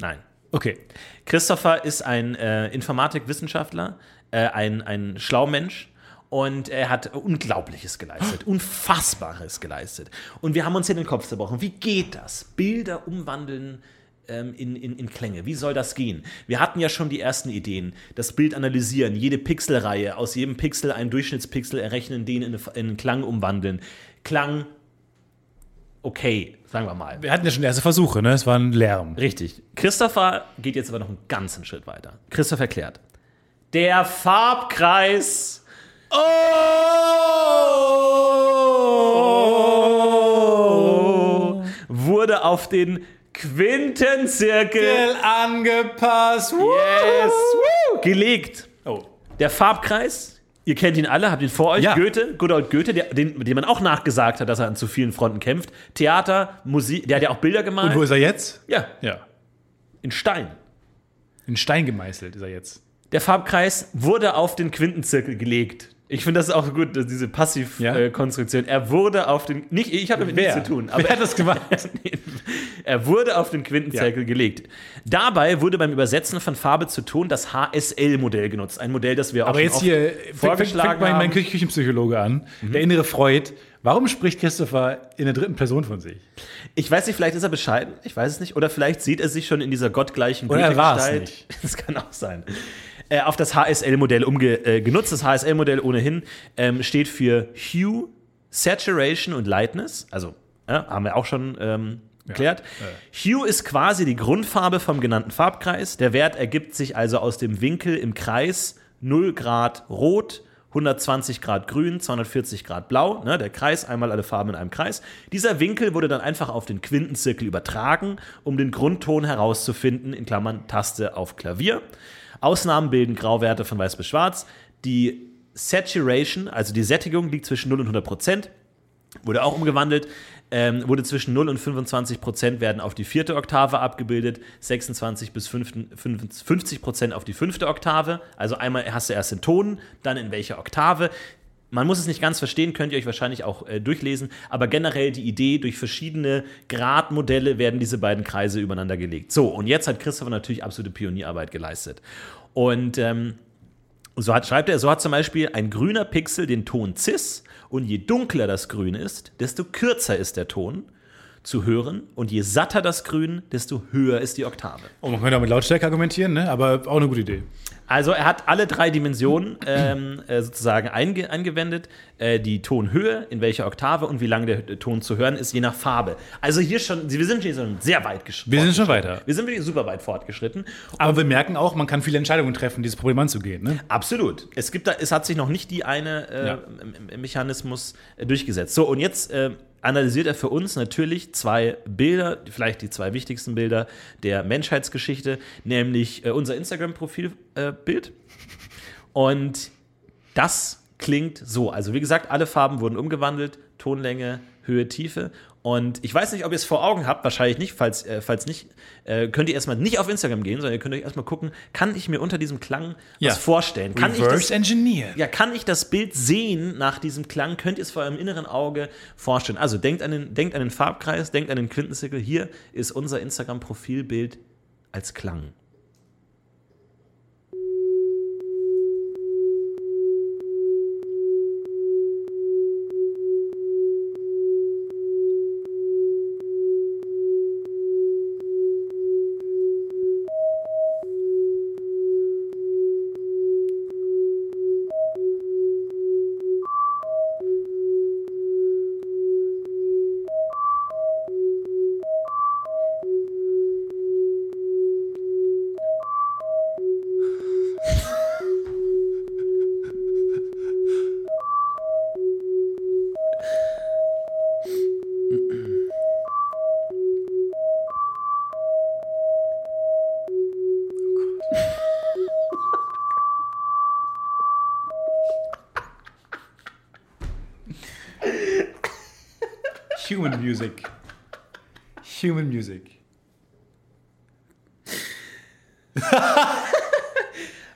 Speaker 3: nein.
Speaker 2: Okay.
Speaker 3: Christopher ist ein äh, Informatikwissenschaftler, äh, ein, ein Schlaumensch. Und er hat Unglaubliches geleistet, Unfassbares geleistet. Und wir haben uns hier den Kopf zerbrochen. Wie geht das? Bilder umwandeln ähm, in, in, in Klänge. Wie soll das gehen? Wir hatten ja schon die ersten Ideen. Das Bild analysieren, jede Pixelreihe, aus jedem Pixel einen Durchschnittspixel errechnen, den in, eine, in einen Klang umwandeln. Klang, okay, sagen wir mal.
Speaker 2: Wir hatten ja schon erste Versuche, ne? Es war ein Lärm.
Speaker 3: Richtig. Christopher geht jetzt aber noch einen ganzen Schritt weiter. Christopher erklärt. Der Farbkreis. Oh! Wurde auf den Quintenzirkel
Speaker 2: angepasst.
Speaker 3: yes, woo, gelegt.
Speaker 2: Oh.
Speaker 3: Der Farbkreis, ihr kennt ihn alle, habt ihn vor euch.
Speaker 2: Ja.
Speaker 3: Goethe, good old Goethe, der, den, dem man auch nachgesagt hat, dass er an zu vielen Fronten kämpft. Theater, Musik, der hat ja auch Bilder gemalt.
Speaker 2: Und wo ist er jetzt?
Speaker 3: ja,
Speaker 2: Ja.
Speaker 3: in Stein.
Speaker 2: In Stein gemeißelt ist er jetzt.
Speaker 3: Der Farbkreis wurde auf den Quintenzirkel gelegt. Ich finde das auch gut, dass diese
Speaker 2: Ja.
Speaker 3: Passivkonstruktion. er wurde auf den. Nicht, ich habe damit nichts zu tun, aber
Speaker 2: Wer hat das gemacht?
Speaker 3: er wurde auf den Quintenzirkel gelegt. Dabei wurde beim Übersetzen von Farbe zu Ton das HSL-Modell genutzt. Ein Modell, das wir auch
Speaker 2: Aber
Speaker 3: schon
Speaker 2: jetzt
Speaker 3: oft
Speaker 2: hier fängt- fängt
Speaker 3: vorgeschlagen
Speaker 2: mein, mein
Speaker 3: haben.
Speaker 2: Mhm. Küch- Küchenpsychologe an. Der innere Freud Warum spricht Christopher in der dritten Person von sich?
Speaker 3: Ich weiß nicht, vielleicht ist er bescheiden, ich weiß es nicht. Oder vielleicht sieht er sich schon in dieser gottgleichen
Speaker 2: Oder er war's
Speaker 3: Gütegestalt.
Speaker 2: nicht.
Speaker 3: Das kann auch sein. Äh, auf das HSL-Modell umgenutzt. Äh, genutzt. das HSL-Modell ohnehin ähm, steht für Hue, Saturation und Lightness. Also äh, haben wir auch schon ähm, geklärt. Hue ist quasi die Grundfarbe vom genannten Farbkreis. Der Wert ergibt sich also aus dem Winkel im Kreis 0 Grad Rot. 120 Grad grün, 240 Grad blau, ne, der Kreis, einmal alle Farben in einem Kreis. Dieser Winkel wurde dann einfach auf den Quintenzirkel übertragen, um den Grundton herauszufinden, in Klammern Taste auf Klavier. Ausnahmen bilden Grauwerte von weiß bis schwarz. Die Saturation, also die Sättigung, liegt zwischen 0 und 100 Prozent. Wurde auch umgewandelt. Ähm, wurde zwischen 0 und 25 Prozent werden auf die vierte Oktave abgebildet, 26 bis 5, 50 Prozent auf die fünfte Oktave. Also einmal hast du erst den Ton, dann in welcher Oktave. Man muss es nicht ganz verstehen, könnt ihr euch wahrscheinlich auch äh, durchlesen, aber generell die Idee, durch verschiedene Gradmodelle werden diese beiden Kreise übereinander gelegt. So, und jetzt hat Christopher natürlich absolute Pionierarbeit geleistet. Und ähm, so hat, schreibt er, so hat zum Beispiel ein grüner Pixel den Ton cis und je dunkler das Grün ist, desto kürzer ist der Ton zu hören und je satter das Grün, desto höher ist die Oktave.
Speaker 2: Oh, man könnte auch mit Lautstärke argumentieren, ne? aber auch eine gute Idee.
Speaker 3: Also er hat alle drei Dimensionen ähm, äh, sozusagen einge angewendet. Äh, die Tonhöhe, in welcher Oktave und wie lang der äh, Ton zu hören ist, je nach Farbe. Also hier schon, wir sind hier schon sehr weit geschritten.
Speaker 2: Wir sind schon weiter.
Speaker 3: Wir sind wirklich super weit fortgeschritten.
Speaker 2: Aber wir merken auch, man kann viele Entscheidungen treffen, dieses Problem anzugehen. Ne?
Speaker 3: Absolut. Es gibt da, es hat sich noch nicht die eine äh,
Speaker 2: Ja.
Speaker 3: M- M- Mechanismus äh, durchgesetzt. So, und jetzt äh, analysiert er für uns natürlich zwei Bilder, vielleicht die zwei wichtigsten Bilder der Menschheitsgeschichte, nämlich äh, unser Instagram-Profilbild. Äh, Bild. und das klingt so. Also, wie gesagt, alle Farben wurden umgewandelt: Tonlänge, Höhe, Tiefe. Und ich weiß nicht, ob ihr es vor Augen habt, wahrscheinlich nicht. Falls, äh, falls nicht, äh, könnt ihr erstmal nicht auf Instagram gehen, sondern ihr könnt euch erstmal gucken, kann ich mir unter diesem Klang
Speaker 2: Ja.
Speaker 3: was vorstellen? Kann ich das,
Speaker 2: Engineer.
Speaker 3: ja, kann ich das Bild sehen nach diesem Klang? Könnt ihr es vor eurem inneren Auge vorstellen? Also denkt an den, denkt an den Farbkreis, denkt an den Quintenzirkel. Hier ist unser Instagram-Profilbild als Klang.
Speaker 2: Human Music. Human Music.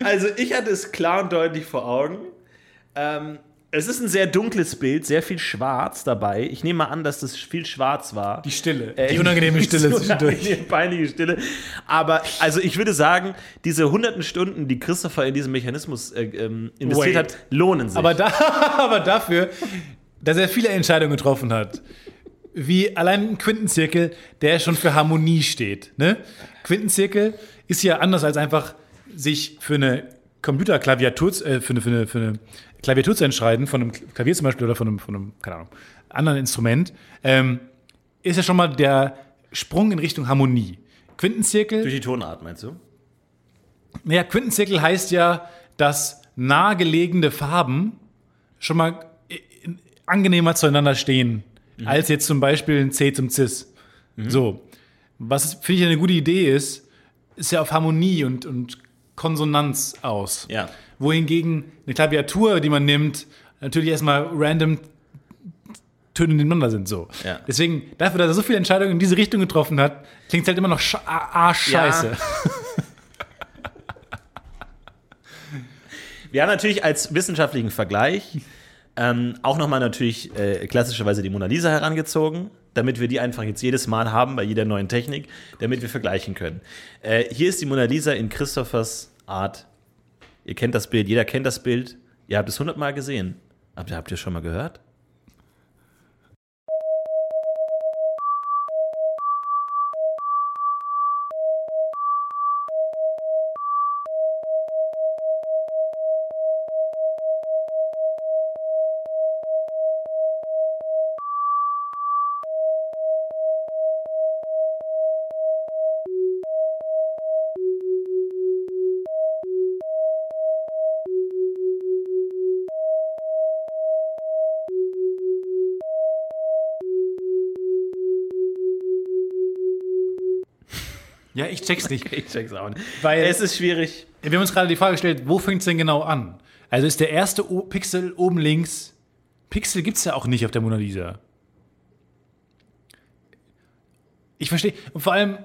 Speaker 3: Also ich hatte es klar und deutlich vor Augen. Ähm, es ist ein sehr dunkles Bild, sehr viel Schwarz dabei. Ich nehme mal an, dass das viel Schwarz war.
Speaker 2: Die Stille.
Speaker 3: Äh,
Speaker 2: die unangenehme Stille
Speaker 3: Die
Speaker 2: zwischendurch.
Speaker 3: peinliche Stille. Aber also ich würde sagen, diese hunderten Stunden, die Christopher in diesen Mechanismus äh, ähm, investiert
Speaker 2: Wait.
Speaker 3: hat, lohnen sich.
Speaker 2: Aber, da, aber dafür, dass er viele Entscheidungen getroffen hat. Wie allein ein Quintenzirkel, der schon für Harmonie steht. Ne? Quintenzirkel ist ja anders als einfach sich für eine Computerklaviatur, zu- äh, für, eine, für, eine, für eine Klaviatur zu entscheiden, von einem Klavier zum Beispiel oder von einem, von einem keine Ahnung, anderen Instrument, ähm, ist ja schon mal der Sprung in Richtung Harmonie. Quintenzirkel
Speaker 3: Durch die Tonart, meinst du?
Speaker 2: naja, Quintenzirkel heißt ja, dass nahegelegene Farben schon mal äh, angenehmer zueinander stehen, als jetzt zum Beispiel ein C zum Cis. So. Was finde ich eine gute Idee ist, ist ja auf Harmonie und, und Konsonanz aus.
Speaker 3: Ja.
Speaker 2: Wohingegen eine Klaviatur, die man nimmt, natürlich erstmal random Töne nebeneinander sind. So.
Speaker 3: Ja.
Speaker 2: Deswegen, dafür, dass er so viele Entscheidungen in diese Richtung getroffen hat, klingt es halt immer noch sch arschscheiße.
Speaker 3: Ja. Wir haben natürlich als wissenschaftlichen Vergleich ähm, auch nochmal natürlich äh, klassischerweise die Mona Lisa herangezogen, damit wir die einfach jetzt jedes Mal haben bei jeder neuen Technik, damit wir vergleichen können. Äh, hier ist die Mona Lisa in Christophers Art. Ihr kennt das Bild, jeder kennt das Bild. Ihr habt es hundertmal gesehen. Habt ihr, habt ihr schon mal gehört?
Speaker 2: Ja, ich check's nicht.
Speaker 3: Ich check's auch nicht.
Speaker 2: Weil-
Speaker 3: es ist schwierig.
Speaker 2: Wir haben uns gerade die Frage gestellt, wo fängt's denn genau an? Also ist der erste o Pixel oben links. Pixel gibt's ja auch nicht auf der Mona Lisa. Ich verstehe. Und vor allem,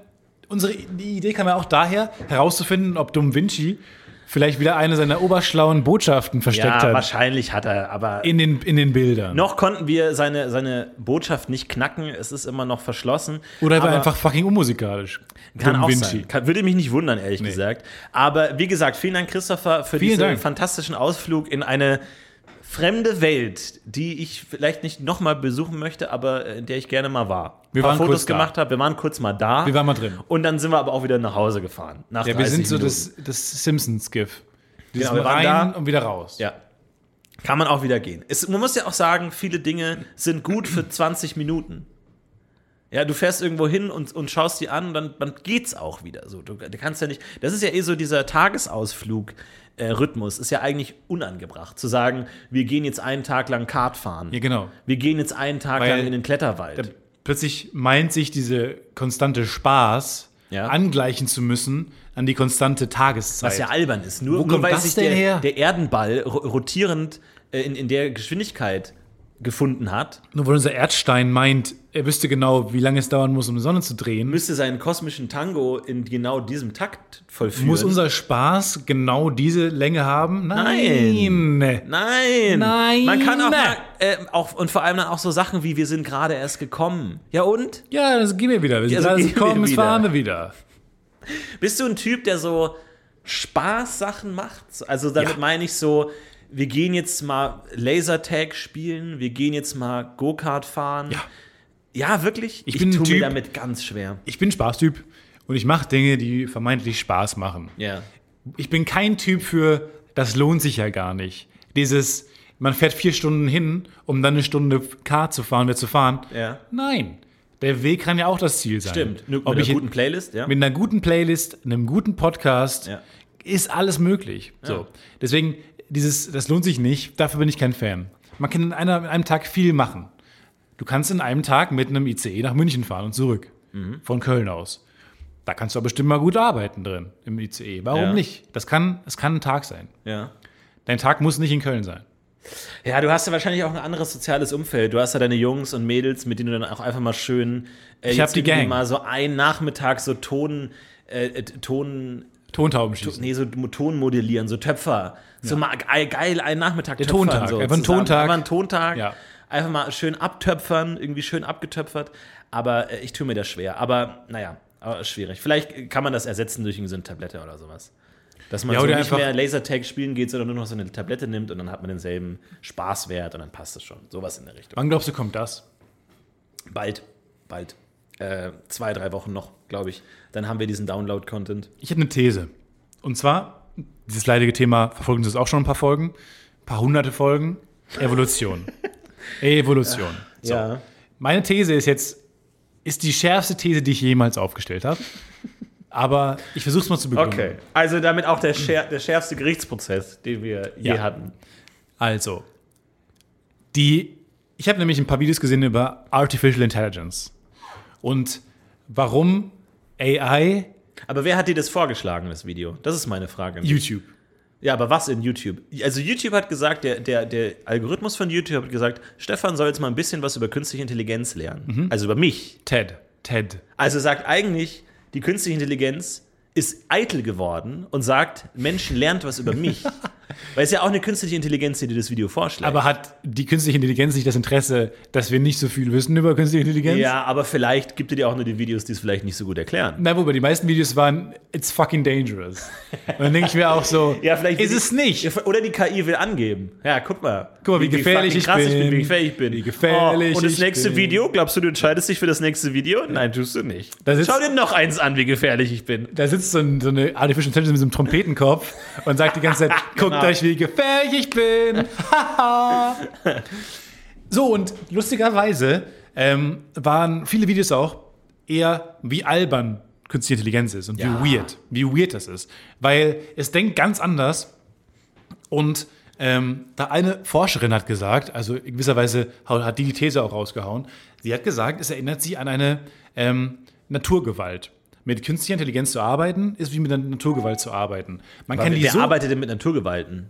Speaker 2: unsere, die Idee kam ja auch daher, herauszufinden, ob Dom Vinci vielleicht wieder eine seiner oberschlauen Botschaften versteckt
Speaker 3: Ja,
Speaker 2: hat.
Speaker 3: wahrscheinlich hat er, aber
Speaker 2: halt In den, in den Bildern.
Speaker 3: noch konnten wir seine, seine Botschaft nicht knacken. Es ist immer noch verschlossen.
Speaker 2: Oder er war
Speaker 3: Aber-
Speaker 2: einfach fucking unmusikalisch.
Speaker 3: Kann
Speaker 2: Dom
Speaker 3: auch sein. Kann, würde mich nicht wundern, ehrlich gesagt. Aber wie gesagt, vielen Dank, Christopher, für
Speaker 2: Vielen
Speaker 3: diesen
Speaker 2: Dank.
Speaker 3: fantastischen Ausflug in eine fremde Welt, die ich vielleicht nicht nochmal besuchen möchte, aber äh, in der ich gerne mal war.
Speaker 2: Wir
Speaker 3: Ein paar
Speaker 2: waren
Speaker 3: Fotos
Speaker 2: kurz da.
Speaker 3: gemacht habe, wir waren kurz mal da.
Speaker 2: Wir waren mal drin.
Speaker 3: Und dann sind wir aber auch wieder nach Hause gefahren. Nach
Speaker 2: Ja, wir sind so
Speaker 3: Minuten.
Speaker 2: das, das Simpsons-GIF. Dieses
Speaker 3: Genau, wir waren
Speaker 2: rein
Speaker 3: da.
Speaker 2: und wieder raus.
Speaker 3: Ja. Kann man auch wieder gehen. Es, man muss ja auch sagen, viele Dinge sind gut für 20 Minuten. Ja, du fährst irgendwo hin und, und schaust die an und dann, dann geht's auch wieder. So, du, du kannst ja nicht. Das ist ja eh so dieser Tagesausflug-Rhythmus. ist ja eigentlich unangebracht, zu sagen, wir gehen jetzt einen Tag lang Kart fahren.
Speaker 2: Ja, genau.
Speaker 3: Wir gehen jetzt einen Tag
Speaker 2: Weil-
Speaker 3: lang in den Kletterwald.
Speaker 2: Plötzlich meint sich diese konstante Spaß
Speaker 3: Ja.
Speaker 2: angleichen zu müssen an die konstante Tageszeit.
Speaker 3: Was ja albern ist. Nur,
Speaker 2: Wo
Speaker 3: nur
Speaker 2: kommt
Speaker 3: weil
Speaker 2: das
Speaker 3: sich
Speaker 2: denn
Speaker 3: der,
Speaker 2: her?
Speaker 3: der Erdenball ro- rotierend äh, in, in der Geschwindigkeit gefunden hat,
Speaker 2: Nur weil unser Erdstein meint, er wüsste genau, wie lange es dauern muss, um die Sonne zu drehen,
Speaker 3: müsste seinen kosmischen Tango in genau diesem Takt vollführen.
Speaker 2: muss unser Spaß genau diese Länge haben? Nein!
Speaker 3: Nein!
Speaker 2: Nein!
Speaker 3: Man kann auch, mal, äh, auch und vor allem dann auch so Sachen wie wir sind gerade erst gekommen. Ja und?
Speaker 2: Ja, das gehen wir wieder. Wir sind
Speaker 3: also
Speaker 2: gerade
Speaker 3: gehen wir
Speaker 2: gekommen, es
Speaker 3: wieder.
Speaker 2: fahren wir wieder.
Speaker 3: Bist du ein Typ, der so Spaßsachen macht? Also damit
Speaker 2: Ja.
Speaker 3: meine ich so, wir gehen jetzt mal Lasertag spielen, wir gehen jetzt mal Go-Kart fahren.
Speaker 2: Ja.
Speaker 3: Ja, wirklich?
Speaker 2: bin ein
Speaker 3: tu mir
Speaker 2: Typ-
Speaker 3: damit ganz schwer.
Speaker 2: Ich bin Spaßtyp und ich mache Dinge, die vermeintlich Spaß machen.
Speaker 3: Ja.
Speaker 2: ich bin kein Typ für, das lohnt sich ja gar nicht. Dieses, man fährt vier Stunden hin, um dann eine Stunde Kart zu fahren, wieder zu fahren.
Speaker 3: Ja.
Speaker 2: Nein, der Weg kann ja auch das Ziel sein.
Speaker 3: Stimmt. Mit
Speaker 2: Ob
Speaker 3: einer
Speaker 2: ich in-
Speaker 3: guten Playlist, ja?
Speaker 2: mit einer guten Playlist, einem guten Podcast,
Speaker 3: Ja.
Speaker 2: ist alles möglich. So. Deswegen, dieses, das lohnt sich nicht, dafür bin ich kein Fan. Man kann in, einer, in einem Tag viel machen. Du kannst in einem Tag mit einem ICE nach München fahren und zurück.
Speaker 3: Mhm.
Speaker 2: Von Köln aus. Da kannst du aber bestimmt mal gut arbeiten drin im ICE. Warum
Speaker 3: Ja.
Speaker 2: nicht? Das kann, das kann ein Tag sein.
Speaker 3: ja.
Speaker 2: Dein Tag muss nicht in Köln sein.
Speaker 3: Ja, du hast ja wahrscheinlich auch ein anderes soziales Umfeld. Du hast ja deine Jungs und Mädels, mit denen du dann auch einfach mal schön äh,
Speaker 2: Ich hab
Speaker 3: jetzt
Speaker 2: die
Speaker 3: irgendwie
Speaker 2: Gang.
Speaker 3: mal so einen Nachmittag so Ton äh, äh, Ton
Speaker 2: Tontauben schießen.
Speaker 3: nee so Ton modellieren, so Töpfer. So mal ge- geil einen Nachmittag
Speaker 2: Der
Speaker 3: töpfern,
Speaker 2: Tontag,
Speaker 3: so
Speaker 2: einfach ein
Speaker 3: zusammen.
Speaker 2: Tontag.
Speaker 3: Einfach ein Tontag.
Speaker 2: Ja.
Speaker 3: Einfach mal schön abtöpfern, irgendwie schön abgetöpfert, aber äh, ich tue mir das schwer, aber naja, aber ist schwierig. Vielleicht kann man das ersetzen durch irgendwie so eine Tablette oder sowas. Dass man
Speaker 2: Ja,
Speaker 3: so
Speaker 2: oder
Speaker 3: nicht
Speaker 2: einfach-
Speaker 3: mehr Lasertag spielen geht, sondern nur noch so eine Tablette nimmt und dann hat man denselben Spaßwert und dann passt es schon. Sowas in der Richtung.
Speaker 2: Wann glaubst du, kommt das?
Speaker 3: Bald, bald. Äh, zwei, drei Wochen noch, glaube ich. Dann haben wir diesen Download-Content.
Speaker 2: Ich habe eine These. Und zwar, dieses leidige Thema verfolgen Sie es auch schon ein paar Folgen, ein paar hunderte Folgen, Evolution. Evolution. So.
Speaker 3: Ja.
Speaker 2: Meine These ist jetzt, ist die schärfste These, die ich jemals aufgestellt habe. Aber ich versuche es mal zu begründen.
Speaker 3: Okay. Also damit auch der, schär, der schärfste Gerichtsprozess, den wir je
Speaker 2: Ja.
Speaker 3: hatten.
Speaker 2: Also, die, ich habe nämlich ein paar Videos gesehen über Artificial Intelligence und warum AI
Speaker 3: Aber wer hat dir das vorgeschlagen, das Video? Das ist meine Frage.
Speaker 2: YouTube.
Speaker 3: Ja, aber was in YouTube? Also YouTube hat gesagt, der, der, der Algorithmus von YouTube hat gesagt, Stefan soll jetzt mal ein bisschen was über künstliche Intelligenz lernen.
Speaker 2: Mhm.
Speaker 3: Also über mich.
Speaker 2: TED. TED.
Speaker 3: Also sagt eigentlich, die künstliche Intelligenz ist eitel geworden und sagt, Menschen lernt was über mich. Weil es ja auch eine künstliche Intelligenz, die dir das Video vorschlägt.
Speaker 2: Aber hat die künstliche Intelligenz nicht das Interesse, dass wir nicht so viel wissen über künstliche Intelligenz?
Speaker 3: ja, aber vielleicht gibt er dir auch nur die Videos, die es vielleicht nicht so gut erklären.
Speaker 2: Na, wobei die meisten Videos waren, it's fucking dangerous. Und dann denke ich mir auch so,
Speaker 3: Ja, vielleicht
Speaker 2: ist
Speaker 3: will
Speaker 2: es
Speaker 3: die-
Speaker 2: nicht.
Speaker 3: Ja, Oder die KI will angeben. Ja, guck mal.
Speaker 2: Guck mal, wie gefährlich
Speaker 3: fucking
Speaker 2: ich
Speaker 3: krass ich bin.
Speaker 2: bin.
Speaker 3: Wie gefährlich ich bin.
Speaker 2: Wie gefährlich
Speaker 3: oh, Und das
Speaker 2: ich
Speaker 3: nächste
Speaker 2: bin.
Speaker 3: Video, glaubst du, du entscheidest dich für das nächste Video? Nein, tust du nicht.
Speaker 2: Da sitzt-
Speaker 3: Schau dir noch eins an, wie gefährlich ich bin.
Speaker 2: Da sitzt so, ein, so eine Artificial Intelligence mit so einem Trompetenkopf und sagt die ganze Zeit, guckt
Speaker 3: Genau.
Speaker 2: euch, wie gefährlich ich bin. Haha. so, und lustigerweise ähm, waren viele Videos auch eher, wie albern künstliche Intelligenz ist und
Speaker 3: Ja.
Speaker 2: wie weird, wie weird das ist. Weil es denkt ganz anders und ähm, da eine Forscherin hat gesagt, also in gewisser Weise hau- hat die die These auch rausgehauen, sie hat gesagt, es erinnert sie an eine ähm, Naturgewalt. Mit künstlicher Intelligenz zu arbeiten, ist wie mit der Naturgewalt zu arbeiten. Man kann
Speaker 3: Wer
Speaker 2: die so,
Speaker 3: arbeitet denn mit Naturgewalten?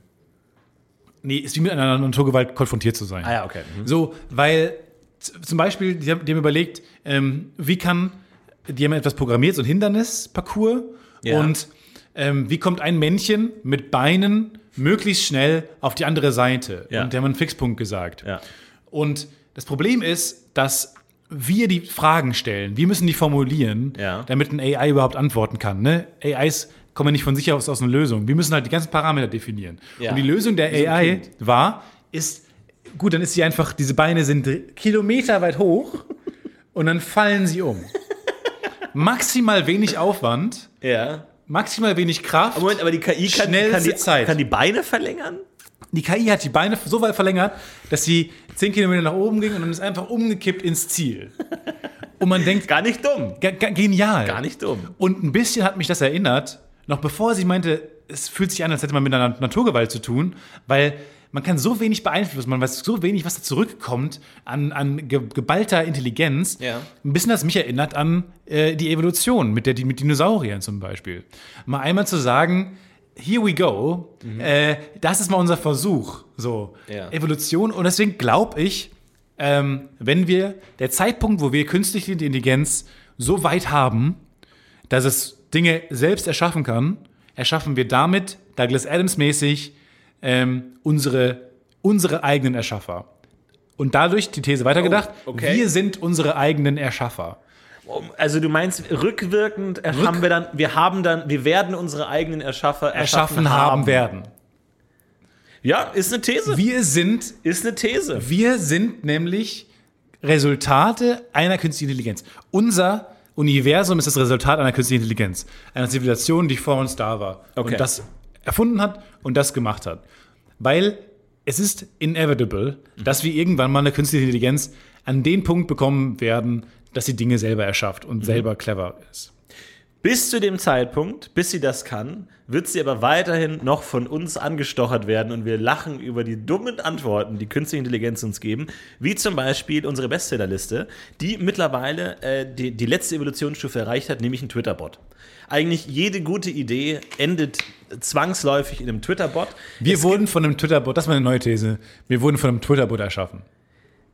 Speaker 2: nee, ist wie mit einer Naturgewalt konfrontiert zu sein.
Speaker 3: Ah ja, okay. Mhm.
Speaker 2: So, weil z- zum Beispiel, die haben, die haben überlegt, ähm, wie kann, die haben etwas programmiert, so ein Hindernisparcours.
Speaker 3: Ja.
Speaker 2: Und ähm, wie kommt ein Männchen mit Beinen möglichst schnell auf die andere Seite?
Speaker 3: Ja.
Speaker 2: Und die haben einen Fixpunkt gesagt.
Speaker 3: Ja.
Speaker 2: Und das Problem ist, dass wir die Fragen stellen. Wir müssen die formulieren,
Speaker 3: Ja.
Speaker 2: damit ein AI überhaupt antworten kann. Ne? AIs kommen ja nicht von sich aus aus einer Lösung. Wir müssen halt die ganzen Parameter definieren.
Speaker 3: Ja.
Speaker 2: Und die Lösung der
Speaker 3: ein
Speaker 2: AI
Speaker 3: Kind.
Speaker 2: war, ist, gut, dann ist sie einfach, diese Beine sind dr- kilometerweit hoch und dann fallen sie um. Maximal wenig Aufwand,
Speaker 3: Ja.
Speaker 2: maximal wenig Kraft.
Speaker 3: Moment, aber die KI kann,
Speaker 2: Schnellste
Speaker 3: kann, die,
Speaker 2: Zeit.
Speaker 3: kann die Beine verlängern?
Speaker 2: Die KI hat die Beine so weit verlängert, dass sie 10 Kilometer nach oben ging und dann ist einfach umgekippt ins Ziel. Und man denkt,
Speaker 3: Gar nicht dumm.
Speaker 2: ge- ge- genial.
Speaker 3: Gar nicht dumm.
Speaker 2: Und ein bisschen hat mich das erinnert, noch bevor sie meinte, es fühlt sich an, als hätte man mit einer Nat- Naturgewalt zu tun, weil man kann so wenig beeinflussen, man weiß so wenig, was da zurückkommt an, an ge geballter Intelligenz.
Speaker 3: Ja.
Speaker 2: Ein bisschen hat mich erinnert an äh, die Evolution mit, der, mit Dinosauriern zum Beispiel. Mal einmal zu sagen, here we go, äh, das ist mal unser Versuch. So,
Speaker 3: Mhm. Ja.
Speaker 2: Evolution. Und deswegen glaube ich, ähm, wenn wir, der Zeitpunkt, wo wir künstliche Intelligenz so weit haben, dass es Dinge selbst erschaffen kann, erschaffen wir damit, Douglas Adams mäßig, ähm, unsere, unsere eigenen Erschaffer. Und dadurch die These weitergedacht,
Speaker 3: Oh, okay.
Speaker 2: wir sind unsere eigenen Erschaffer.
Speaker 3: Also du meinst, rückwirkend haben wir dann, wir haben dann, wir werden unsere eigenen Erschaffer
Speaker 2: Erschaffen, haben, werden.
Speaker 3: Ja, ist eine These.
Speaker 2: Wir sind,
Speaker 3: Ist eine These.
Speaker 2: wir sind nämlich Resultate einer künstlichen Intelligenz. Unser Universum ist das Resultat einer künstlichen Intelligenz. Einer Zivilisation, die vor uns da war.
Speaker 3: Okay.
Speaker 2: Und das erfunden hat und das gemacht hat. Weil es ist inevitable, dass wir irgendwann mal eine künstliche Intelligenz an den Punkt bekommen werden, dass sie Dinge selber erschafft
Speaker 3: Mhm.
Speaker 2: und selber clever ist.
Speaker 3: Bis zu dem Zeitpunkt, bis sie das kann, wird sie aber weiterhin noch von uns angestochert werden und wir lachen über die dummen Antworten, die künstliche Intelligenz uns geben, wie zum Beispiel unsere Bestsellerliste, die mittlerweile äh, die, die letzte Evolutionsstufe erreicht hat, nämlich ein Twitter-Bot. Eigentlich jede gute Idee endet zwangsläufig in einem Twitter-Bot.
Speaker 2: Wir wurden von einem Twitter-Bot, das ist meine neue These, wir wurden von einem Twitter-Bot erschaffen.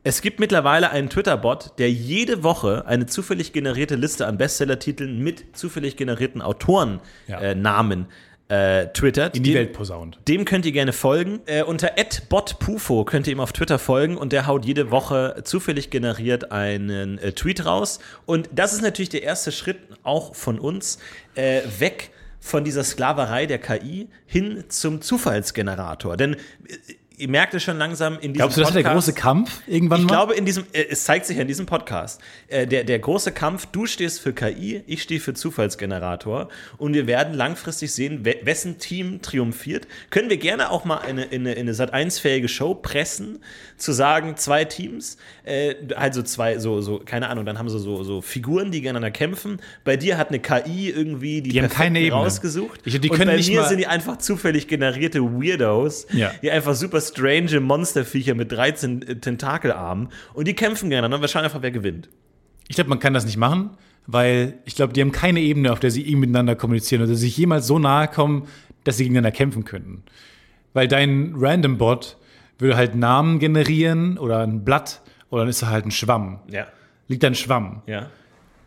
Speaker 3: Es gibt mittlerweile einen Twitter-Bot, der jede Woche eine zufällig generierte Liste an Bestsellertiteln mit zufällig generierten Autorennamen
Speaker 2: Ja.
Speaker 3: äh, Namen, äh, twittert.
Speaker 2: In die
Speaker 3: Dem-
Speaker 2: Welt posaunt.
Speaker 3: Dem könnt ihr gerne folgen. Äh, unter @botpufo könnt ihr ihm auf Twitter folgen und der haut jede Woche zufällig generiert einen äh, Tweet raus. Und das ist natürlich der erste Schritt auch von uns äh, weg von dieser Sklaverei der KI hin zum Zufallsgenerator. Denn äh, ihr merkt es schon langsam in diesem
Speaker 2: Glaubst du, das ist der
Speaker 3: Podcast-
Speaker 2: große Kampf irgendwann
Speaker 3: ich
Speaker 2: mal?
Speaker 3: glaube, in diesem, äh, es zeigt sich ja in diesem Podcast, äh, der, der große Kampf, du stehst für KI, ich stehe für Zufallsgenerator und wir werden langfristig sehen, we wessen Team triumphiert. Können wir gerne auch mal eine, in eine, in eine Sat1-fähige Show pressen, zu sagen, zwei Teams, äh, also zwei, so, so, keine Ahnung, dann haben sie so, so Figuren, die gegeneinander kämpfen. Bei dir hat eine KI irgendwie die,
Speaker 2: Die haben
Speaker 3: Perfekten
Speaker 2: keine Ebene.
Speaker 3: rausgesucht.
Speaker 2: Ich- die
Speaker 3: und
Speaker 2: können
Speaker 3: bei
Speaker 2: nicht
Speaker 3: mir
Speaker 2: mal-
Speaker 3: sind die einfach zufällig generierte Weirdos,
Speaker 2: Ja.
Speaker 3: die einfach super strange Monsterviecher mit 13 Tentakelarmen und die kämpfen gerne. Dann wir schauen einfach, wer gewinnt.
Speaker 2: Ich glaube, man kann das nicht machen, weil ich glaube, die haben keine Ebene, auf der sie irgendwie miteinander kommunizieren oder sich jemals so nahe kommen, dass sie gegeneinander kämpfen könnten. Weil dein Random Bot würde halt Namen generieren oder ein Blatt oder dann ist er halt ein Schwamm.
Speaker 3: Ja.
Speaker 2: Liegt da ein Schwamm.
Speaker 3: Ja.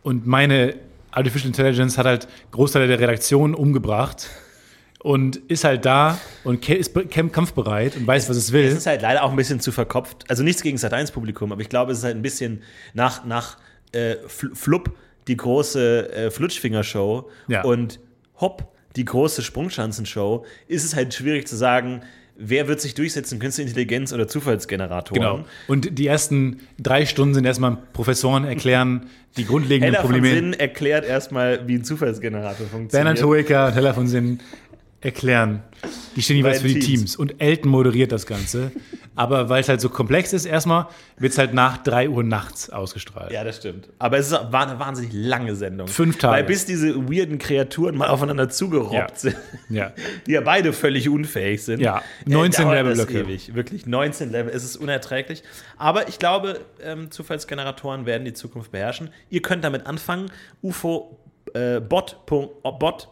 Speaker 2: Und meine Artificial Intelligence hat halt Großteile der Redaktion umgebracht und ist halt da und kä- ist be- kämp- kampfbereit und weiß, was es will.
Speaker 3: Es ist halt leider auch ein bisschen zu verkopft. Also nichts gegen Sat1-Publikum, aber ich glaube, es ist halt ein bisschen nach, nach äh, Fl Flupp, die große äh, Flutschfinger-Show
Speaker 2: Ja.
Speaker 3: und Hopp, die große Sprungschanzen-Show, ist es halt schwierig zu sagen, wer wird sich durchsetzen, Künstliche Intelligenz oder Zufallsgeneratoren.
Speaker 2: Genau. Und die ersten drei Stunden sind erstmal Professoren erklären die grundlegenden
Speaker 3: Heller von
Speaker 2: Probleme.
Speaker 3: Sinn erklärt erstmal, wie ein Zufallsgenerator
Speaker 2: Bernhard
Speaker 3: funktioniert.
Speaker 2: Hoeker und Hella von Sinn erklären. Die stehen jeweils für
Speaker 3: Beiden
Speaker 2: die Teams.
Speaker 3: Teams.
Speaker 2: Und Elton moderiert das Ganze. Aber weil es halt so komplex ist, erstmal wird es halt nach 3 Uhr nachts ausgestrahlt.
Speaker 3: Ja, das stimmt. Aber es ist, war eine wahnsinnig lange Sendung.
Speaker 2: Fünf Tage.
Speaker 3: Weil bis diese weirden Kreaturen mal aufeinander zugerobbt
Speaker 2: Ja.
Speaker 3: sind,
Speaker 2: Ja.
Speaker 3: die ja beide völlig unfähig sind.
Speaker 2: Ja.
Speaker 3: äh,
Speaker 2: 19
Speaker 3: dauert das
Speaker 2: Levelblöcke.
Speaker 3: ewig. Wirklich 19 Level. Es ist unerträglich. Aber ich glaube, ähm, Zufallsgeneratoren werden die Zukunft beherrschen. Ihr könnt damit anfangen. UFO äh, Bot. Punkt- oh, Bot.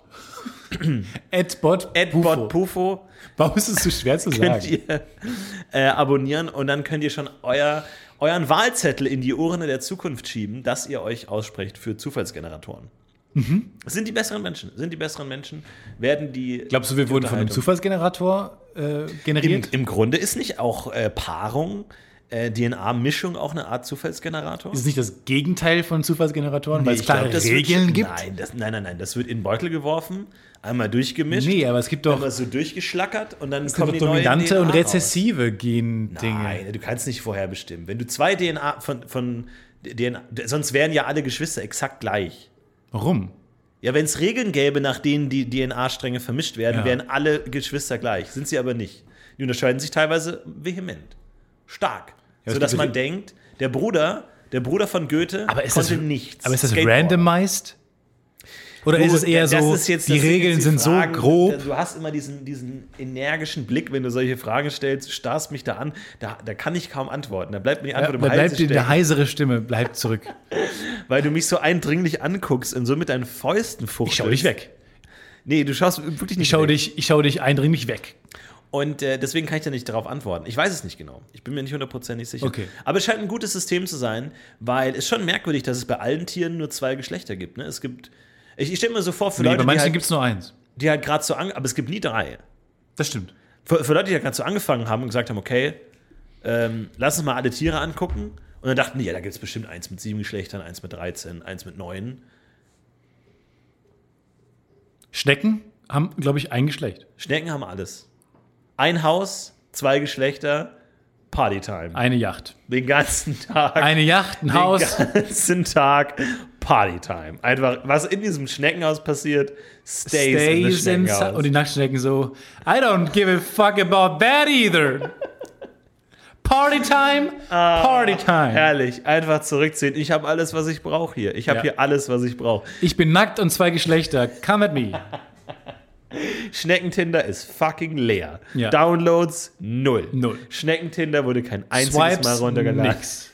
Speaker 2: Adbot
Speaker 3: At
Speaker 2: Pufo.
Speaker 3: Bot Pufo.
Speaker 2: Warum ist es so schwer zu
Speaker 3: Könnt
Speaker 2: sagen?
Speaker 3: ihr äh, abonnieren und dann könnt ihr schon euer, euren Wahlzettel in die Urne der Zukunft schieben, dass ihr euch aussprecht für Zufallsgeneratoren.
Speaker 2: Mhm.
Speaker 3: Sind die besseren Menschen? Sind die besseren Menschen? Werden die.
Speaker 2: Glaubst du, wir
Speaker 3: die
Speaker 2: wurden von einem
Speaker 3: Unterhaltung-
Speaker 2: Zufallsgenerator äh,
Speaker 3: Im,
Speaker 2: generiert?
Speaker 3: Im Grunde ist nicht auch äh, Paarung, äh, DNA-Mischung auch eine Art Zufallsgenerator?
Speaker 2: ist es nicht das Gegenteil von Zufallsgeneratoren, weil es
Speaker 3: Ich glaub,
Speaker 2: klare
Speaker 3: das wird-
Speaker 2: Regeln gibt?
Speaker 3: Nein, das, nein, nein, nein. Das wird in den Beutel geworfen, einmal durchgemischt,
Speaker 2: Nee, aber es gibt doch,
Speaker 3: einmal so durchgeschlackert und dann
Speaker 2: es gibt
Speaker 3: kommen
Speaker 2: doch
Speaker 3: die neuen
Speaker 2: dominante und
Speaker 3: DNA raus.
Speaker 2: rezessive Gendinge.
Speaker 3: Nein, du kannst nicht vorherbestimmen. Wenn du zwei DNA von, von DNA, sonst wären ja alle Geschwister exakt gleich.
Speaker 2: Warum?
Speaker 3: Ja, wenn es Regeln gäbe, nach denen die DNA-Stränge vermischt werden,
Speaker 2: Ja.
Speaker 3: wären alle Geschwister gleich. Sind sie aber nicht. Die unterscheiden sich teilweise vehement. Stark.
Speaker 2: Ja, es
Speaker 3: sodass
Speaker 2: gibt
Speaker 3: man
Speaker 2: Re-
Speaker 3: denkt, der Bruder, der Bruder von Goethe
Speaker 2: Aber ist
Speaker 3: konnte
Speaker 2: das,
Speaker 3: nichts.
Speaker 2: Aber ist das
Speaker 3: Skateboarden.
Speaker 2: randomized? Oder
Speaker 3: Du,
Speaker 2: ist es eher
Speaker 3: das
Speaker 2: so,
Speaker 3: ist jetzt-
Speaker 2: die
Speaker 3: das sind jetzt
Speaker 2: Regeln
Speaker 3: die
Speaker 2: sind
Speaker 3: Fragen,
Speaker 2: so grob?
Speaker 3: Du hast immer diesen, diesen energischen Blick, wenn du solche Fragen stellst, du starrst mich da an, da, da kann ich kaum antworten. Da bleibt mir die
Speaker 2: Da
Speaker 3: Antwort im Hals
Speaker 2: bleibt die,
Speaker 3: stecken,
Speaker 2: die heisere Stimme bleibt zurück.
Speaker 3: weil du mich so eindringlich anguckst und so mit deinen Fäusten fuchtelst.
Speaker 2: weg.
Speaker 3: Nee, du schaust wirklich nicht
Speaker 2: Ich schau
Speaker 3: weg.
Speaker 2: dich, ich schau dich eindringlich weg.
Speaker 3: Und äh, deswegen kann ich da nicht darauf antworten. Ich weiß es nicht genau. Ich bin mir nicht hundertprozentig sicher.
Speaker 2: Okay.
Speaker 3: Aber es scheint ein gutes System zu sein, weil es ist schon merkwürdig, dass es bei allen Tieren nur zwei Geschlechter gibt. Ne? Es gibt, ich, ich stelle mir so vor, für
Speaker 2: Nee, bei
Speaker 3: Leute, die
Speaker 2: manchen
Speaker 3: halt,
Speaker 2: gibt's nur eins.
Speaker 3: die halt gerade so an, aber es gibt nie drei.
Speaker 2: Das stimmt.
Speaker 3: Für, für Leute, die halt gerade so angefangen haben und gesagt haben, okay, ähm, lass uns mal alle Tiere angucken. Und dann dachten die, ja, da gibt es bestimmt eins mit sieben Geschlechtern, eins mit 13, eins mit neun.
Speaker 2: Schnecken haben, glaube ich, ein Geschlecht.
Speaker 3: Schnecken haben alles. Ein Haus, zwei Geschlechter, Partytime.
Speaker 2: Eine Yacht.
Speaker 3: Den ganzen Tag.
Speaker 2: Eine Yacht, ein Haus.
Speaker 3: Den ganzen Tag Partytime. Einfach, was in diesem Schneckenhaus passiert, stays, in the
Speaker 2: Stays in
Speaker 3: Schneckenhaus.
Speaker 2: Und die Nacktschnecken so, I don't give a fuck about that either. Party time,
Speaker 3: Ah.
Speaker 2: Party time.
Speaker 3: Herrlich, einfach zurückziehen. Ich habe alles, was ich brauche hier. Ich habe
Speaker 2: Ja.
Speaker 3: hier alles, was ich brauche.
Speaker 2: Ich bin nackt und zwei Geschlechter. Come at me.
Speaker 3: Schneckentinder ist fucking leer.
Speaker 2: Ja.
Speaker 3: Downloads null.
Speaker 2: Null.
Speaker 3: Schneckentinder wurde kein einziges Mal
Speaker 2: Swipes,
Speaker 3: runtergeladen.
Speaker 2: nix.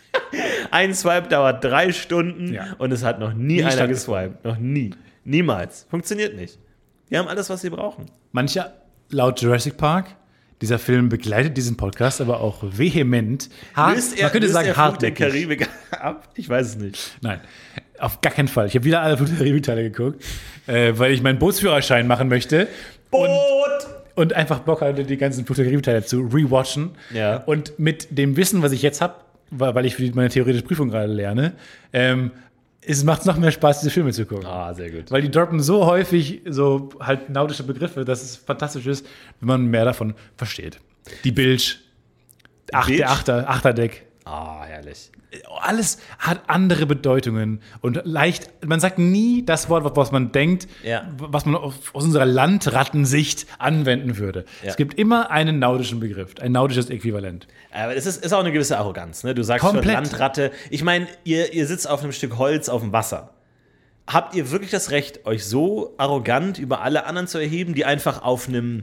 Speaker 3: Ein Swipe dauert drei Stunden
Speaker 2: Ja.
Speaker 3: und es hat noch nie, einer
Speaker 2: stattgefunden.
Speaker 3: geswiped. Noch nie. Niemals. Funktioniert nicht. Die haben alles, was sie brauchen.
Speaker 2: Mancher, laut Jurassic Park, dieser Film begleitet diesen Podcast aber auch vehement. Hart,
Speaker 3: Löst er,
Speaker 2: Ah, man könnte
Speaker 3: löst
Speaker 2: sagen,
Speaker 3: er Fluch der
Speaker 2: hartnäckig.
Speaker 3: Karibik ab? Ich weiß es nicht.
Speaker 2: Nein, auf gar keinen Fall. Ich habe wieder alle Fluch der Karibik-Teile geguckt, äh, weil ich meinen Bootsführerschein machen möchte. Und
Speaker 3: Boot!
Speaker 2: und einfach Bock hatte, die ganzen Fotografie-Teile zu rewatchen.
Speaker 3: Ja.
Speaker 2: Und mit dem Wissen, was ich jetzt habe, weil ich für die- meine theoretische Prüfung gerade lerne, ähm, es macht es noch mehr Spaß, diese Filme zu gucken.
Speaker 3: Ah, sehr gut.
Speaker 2: Weil die droppen so häufig so halt nautische Begriffe, dass es fantastisch ist, wenn man mehr davon versteht. Die Bilge, Ach,
Speaker 3: Bilge?
Speaker 2: der Achter, Achterdeck.
Speaker 3: Ah, herrlich.
Speaker 2: Alles hat andere Bedeutungen und leicht, man sagt nie das Wort, was man denkt,
Speaker 3: Ja.
Speaker 2: was man auf, aus unserer Landrattensicht anwenden würde.
Speaker 3: Ja.
Speaker 2: Es gibt immer einen naudischen Begriff, ein naudisches Äquivalent.
Speaker 3: Aber es ist, ist auch eine gewisse Arroganz. Ne? Du sagst schon
Speaker 2: Komplett.
Speaker 3: Landratte. Ich meine, ihr, ihr sitzt auf einem Stück Holz auf dem Wasser. Habt ihr wirklich das Recht, euch so arrogant über alle anderen zu erheben, die einfach auf einem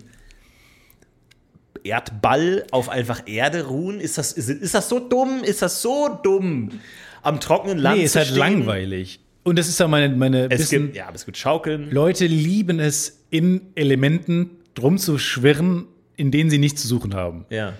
Speaker 3: Erdball, auf einfach Erde ruhen? Ist das, ist, ist das so dumm? Ist das so dumm? Am trockenen Land zu stehen?
Speaker 2: halt langweilig. Und das ist ja meine, meine
Speaker 3: Es
Speaker 2: Wissen-
Speaker 3: gibt, ja, aber es gibt Schaukeln.
Speaker 2: Leute lieben es, in Elementen drum zu schwirren, in denen sie nichts zu suchen haben.
Speaker 3: Ja.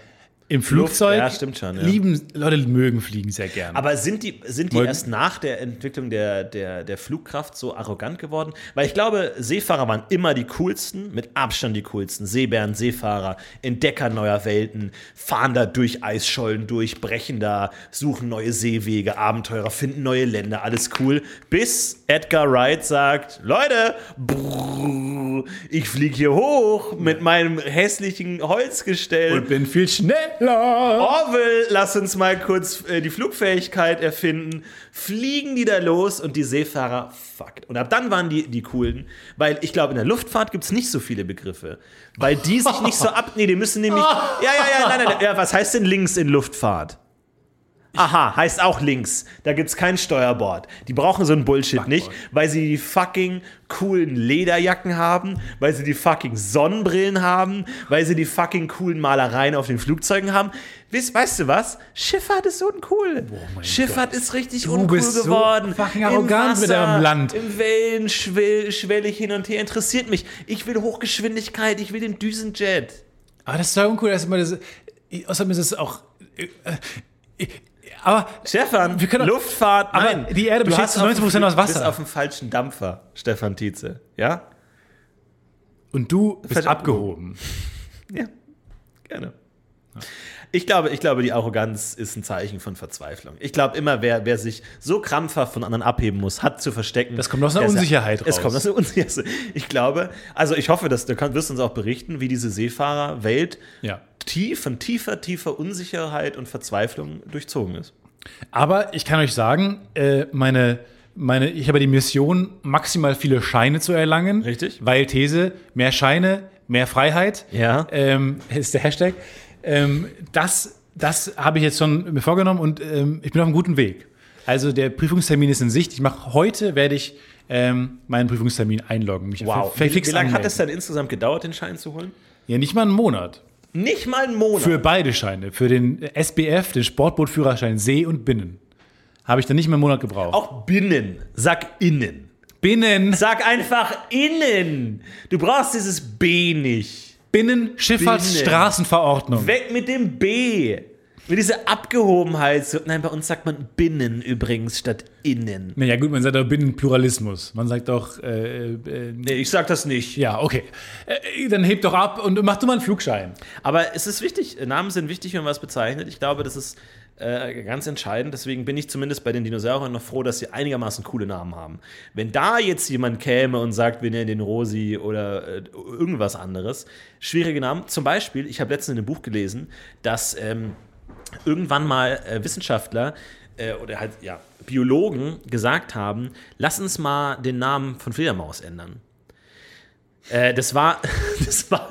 Speaker 2: Im Flugzeug
Speaker 3: ja, stimmt schon, ja.
Speaker 2: lieben Leute mögen fliegen sehr gerne.
Speaker 3: Aber sind die, sind die
Speaker 2: Wollten-
Speaker 3: erst nach der Entwicklung der, der, der Flugkraft so arrogant geworden? Weil ich glaube, Seefahrer waren immer die coolsten, mit Abstand die coolsten. Seebären, Seefahrer, Entdecker neuer Welten, fahren da durch Eisschollen durch, brechen da, suchen neue Seewege, Abenteurer, finden neue Länder, alles cool. Bis Edgar Wright sagt, Leute, brrr, ich fliege hier hoch mit meinem hässlichen Holzgestell.
Speaker 2: und bin viel schneller.
Speaker 3: Oh. Orwell, lass uns mal kurz äh, die Flugfähigkeit erfinden. Fliegen die da los und die Seefahrer, fuck. Und ab dann waren die die coolen, weil ich glaube, in der Luftfahrt gibt es nicht so viele Begriffe. Weil die sich nicht so ab. Nee, die müssen nämlich. Ja, ja, ja, nein, nein, nein. Ja, was heißt denn links in Luftfahrt? Aha, heißt auch links. Da gibt es kein Steuerbord. Die brauchen so einen Bullshit
Speaker 2: Backbord.
Speaker 3: nicht, weil sie die fucking coolen Lederjacken haben, weil sie die fucking Sonnenbrillen haben, weil sie die fucking coolen Malereien auf den Flugzeugen haben. Weißt, weißt du was? Schifffahrt ist
Speaker 2: Oh
Speaker 3: uncool. Schifffahrt ist richtig uncool
Speaker 2: bist so
Speaker 3: geworden.
Speaker 2: fucking
Speaker 3: Im
Speaker 2: arrogant mit deinem Land.
Speaker 3: Im Wellen schwell, schwell ich hin und her. Interessiert mich. Ich will Hochgeschwindigkeit. Ich will den Düsenjet.
Speaker 2: Aber das ist total uncool. Das ist immer das, außerdem ist es auch. Äh, äh, aber
Speaker 3: Stefan,
Speaker 2: Wir können doch-
Speaker 3: Luftfahrt,
Speaker 2: Aber
Speaker 3: nein.
Speaker 2: die Erde
Speaker 3: Du
Speaker 2: besteht
Speaker 3: hast
Speaker 2: zu
Speaker 3: auf
Speaker 2: 90%
Speaker 3: dem-
Speaker 2: aus Wasser.
Speaker 3: bist auf dem falschen Dampfer, Stefan Tietze. Ja?
Speaker 2: Und du bist
Speaker 3: Verdammt.
Speaker 2: abgehoben.
Speaker 3: Ja, gerne. Ich glaube, ich glaube, die Arroganz ist ein Zeichen von Verzweiflung. Ich glaube immer, wer, wer sich so krampfhaft von anderen abheben muss, hat zu verstecken.
Speaker 2: Das kommt aus einer
Speaker 3: der ist-
Speaker 2: Unsicherheit
Speaker 3: Es
Speaker 2: raus.
Speaker 3: kommt aus einer Unsicherheit. Ich glaube, also ich hoffe, dass du kann- wirst uns auch berichten, wie diese Seefahrerwelt
Speaker 2: Ja.
Speaker 3: tief von tiefer, tiefer Unsicherheit und Verzweiflung durchzogen ist.
Speaker 2: Aber ich kann euch sagen, äh, meine, meine, ich habe die Mission, maximal viele Scheine zu erlangen.
Speaker 3: Richtig.
Speaker 2: Weil These, mehr Scheine, mehr Freiheit.
Speaker 3: Ja.
Speaker 2: Ähm, ist der Hashtag. Ähm, das, das habe ich jetzt schon mir vorgenommen und ähm, ich bin auf einem guten Weg. Also der Prüfungstermin ist in Sicht. Ich mache heute, werde ich ähm, meinen Prüfungstermin einloggen. Mich
Speaker 3: Wow.
Speaker 2: fi-
Speaker 3: Wie,
Speaker 2: fix
Speaker 3: wie lange hat
Speaker 2: anmelden.
Speaker 3: es dann insgesamt gedauert, den Schein zu holen?
Speaker 2: Ja, nicht mal einen Monat.
Speaker 3: Nicht mal einen Monat.
Speaker 2: Für beide Scheine. Für den SBF, den Sportbootführerschein See und Binnen. Habe ich dann nicht mehr einen Monat gebraucht.
Speaker 3: Auch binnen. Sag innen.
Speaker 2: Binnen,
Speaker 3: Sag einfach innen. Du brauchst dieses B nicht.
Speaker 2: Binnenschifffahrtsstraßenverordnung.
Speaker 3: Weg mit dem B. Mit dieser Abgehobenheit. So- Nein, bei uns sagt man binnen übrigens statt innen.
Speaker 2: Naja, gut, man sagt doch Binnenpluralismus. Man sagt doch, äh, äh,
Speaker 3: Nee, ich sag das nicht.
Speaker 2: ja, okay. Äh, dann heb doch ab und mach du mal einen Flugschein.
Speaker 3: Aber es ist wichtig. Namen sind wichtig, wenn man was bezeichnet. Ich glaube, das ist äh, ganz entscheidend. Deswegen bin ich zumindest bei den Dinosauriern noch froh, dass sie einigermaßen coole Namen haben. Wenn da jetzt jemand käme und sagt, wir nennen den Rosi oder äh, irgendwas anderes, schwierige Namen. Zum Beispiel, ich habe letztens in einem Buch gelesen, dass ähm, irgendwann mal äh, Wissenschaftler äh, oder halt ja Biologen gesagt haben, lass uns mal den Namen von Fledermaus ändern. Äh, das war, das war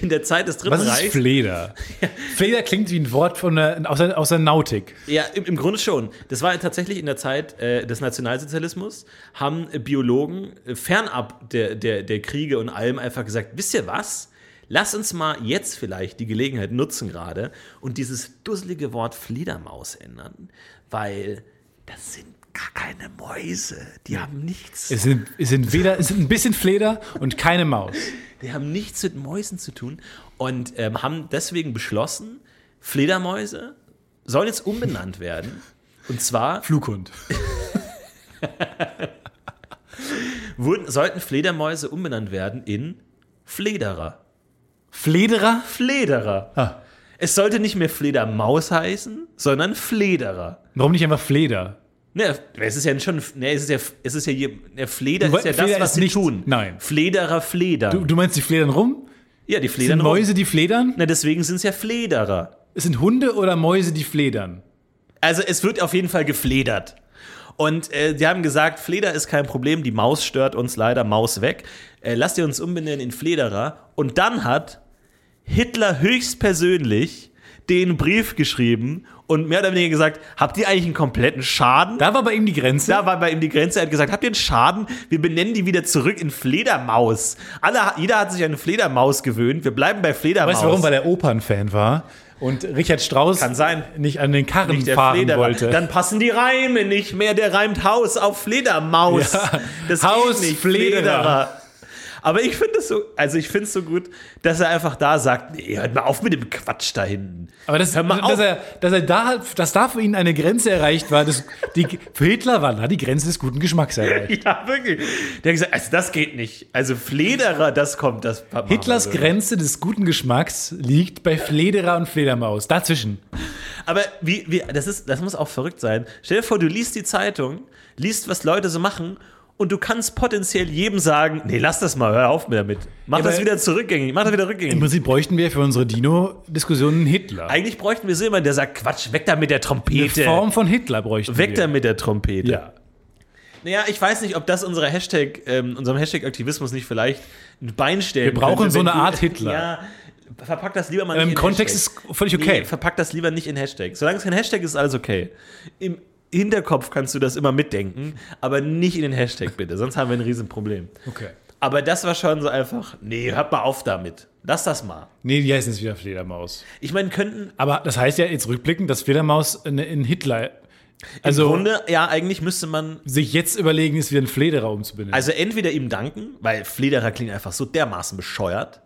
Speaker 3: in der Zeit des Dritten
Speaker 2: Was ist
Speaker 3: Reichs.
Speaker 2: Fleder? Fleder klingt wie ein Wort von der, aus, der, aus der Nautik.
Speaker 3: Ja, im, im Grunde schon. Das war tatsächlich in der Zeit äh, des Nationalsozialismus, haben äh, Biologen äh, fernab der, der, der Kriege und allem einfach gesagt, wisst ihr was? Lass uns mal jetzt vielleicht die Gelegenheit nutzen gerade und dieses dusselige Wort Fledermaus ändern, weil das sind gar keine Mäuse. Die haben nichts.
Speaker 2: Es sind, es sind, weder, es sind ein bisschen Fleder und keine Maus.
Speaker 3: Die haben nichts mit Mäusen zu tun und ähm, haben deswegen beschlossen, Fledermäuse sollen jetzt umbenannt werden. Und zwar
Speaker 2: Flughund.
Speaker 3: wurden, sollten Fledermäuse umbenannt werden in Flederer.
Speaker 2: Flederer?
Speaker 3: Flederer.
Speaker 2: Ah.
Speaker 3: Es sollte nicht mehr Fledermaus heißen, sondern Flederer.
Speaker 2: Warum nicht einfach Fleder?
Speaker 3: Ne, es ist ja schon, ne, es ist ja, es ist ja, je- ne, Fleder
Speaker 2: Du-
Speaker 3: ist ja
Speaker 2: Fleder
Speaker 3: das, was
Speaker 2: ist
Speaker 3: sie
Speaker 2: nicht-
Speaker 3: tun.
Speaker 2: nein.
Speaker 3: Flederer, Fleder.
Speaker 2: Du, du meinst, die fledern rum?
Speaker 3: ja, die Fledern.
Speaker 2: Sind Mäuse, die fledern?
Speaker 3: Na, deswegen sind es ja Flederer.
Speaker 2: Es sind Hunde oder Mäuse, die fledern?
Speaker 3: Also es wird auf jeden Fall gefledert. Und äh, die haben gesagt, Fleder ist kein Problem, die Maus stört uns leider, Maus weg. Äh, lasst ihr uns umbenennen in Flederer. Und dann hat Hitler höchstpersönlich den Brief geschrieben und mehr oder weniger gesagt, habt ihr eigentlich einen kompletten Schaden?
Speaker 2: Da war bei ihm die Grenze.
Speaker 3: Da war bei ihm die Grenze, er hat gesagt, habt ihr einen Schaden? Wir benennen die wieder zurück in Fledermaus. Alle, jeder hat sich an eine Fledermaus gewöhnt, wir bleiben bei Fledermaus.
Speaker 2: Weißt du warum? Weil er Opernfan war und Richard Strauss
Speaker 3: Kann sein.
Speaker 2: nicht an den Karren
Speaker 3: nicht der
Speaker 2: fahren
Speaker 3: Flederer.
Speaker 2: wollte.
Speaker 3: Dann passen die Reime nicht mehr. Der reimt Haus auf Fledermaus.
Speaker 2: Ja.
Speaker 3: Das
Speaker 2: Haus Flederer.
Speaker 3: Aber ich finde es so, also ich finde es so gut, dass er einfach da sagt, nee, hört mal auf mit dem Quatsch da hinten.
Speaker 2: aber das,
Speaker 3: Hör mal
Speaker 2: dass,
Speaker 3: auf.
Speaker 2: er, dass er da, dass da für ihn eine Grenze erreicht war, das, die, für Hitler war da die Grenze des guten Geschmacks erreicht.
Speaker 3: ja, wirklich. Der hat gesagt, also das geht nicht. Also Flederer, das kommt, das machen wir
Speaker 2: Hitlers
Speaker 3: so.
Speaker 2: Grenze des guten Geschmacks liegt bei Flederer und Fledermaus. Dazwischen.
Speaker 3: Aber wie, wie, das, ist, das muss auch verrückt sein. Stell dir vor, du liest die Zeitung, liest, was Leute so machen. Und du kannst potenziell jedem sagen, nee, lass das mal, hör auf damit. Mach
Speaker 2: Ja,
Speaker 3: das
Speaker 2: aber-
Speaker 3: wieder zurückgängig, mach das wieder rückgängig.
Speaker 2: Im Prinzip bräuchten wir für unsere Dino-Diskussionen einen Hitler.
Speaker 3: Eigentlich bräuchten wir so jemanden, der sagt, Quatsch, weg da mit der
Speaker 2: Eine
Speaker 3: Trompete.
Speaker 2: Form von Hitler bräuchten
Speaker 3: Weg da
Speaker 2: wir.
Speaker 3: mit der Trompete.
Speaker 2: Ja.
Speaker 3: Naja, ich weiß nicht, ob das unserer Hashtag, ähm, unserem Hashtag-Aktivismus nicht vielleicht ein Bein
Speaker 2: Wir
Speaker 3: stellen
Speaker 2: brauchen
Speaker 3: könnte,
Speaker 2: so
Speaker 3: wenn
Speaker 2: eine
Speaker 3: du-
Speaker 2: Art Hitler.
Speaker 3: Ja, Verpack das lieber mal
Speaker 2: Im
Speaker 3: in
Speaker 2: Kontext
Speaker 3: Hashtag.
Speaker 2: ist völlig okay.
Speaker 3: Nee, verpack das lieber nicht in Hashtag. Solange es kein Hashtag ist, ist alles okay. Im Hinterkopf kannst du das immer mitdenken, aber nicht in den Hashtag bitte, sonst haben wir ein Riesenproblem.
Speaker 2: Okay.
Speaker 3: Aber das war schon so einfach, nee, hört mal auf damit. Lass das mal.
Speaker 2: Nee, die heißen jetzt wieder Fledermaus.
Speaker 3: Ich meine, könnten
Speaker 2: Aber das heißt ja jetzt rückblickend, dass Fledermaus eine- in Hitler. Also
Speaker 3: im Grunde, ja, eigentlich müsste man
Speaker 2: sich jetzt überlegen, ist wieder ein Flederer umzubenennen.
Speaker 3: Also entweder ihm danken, weil Flederer klingt einfach so dermaßen bescheuert,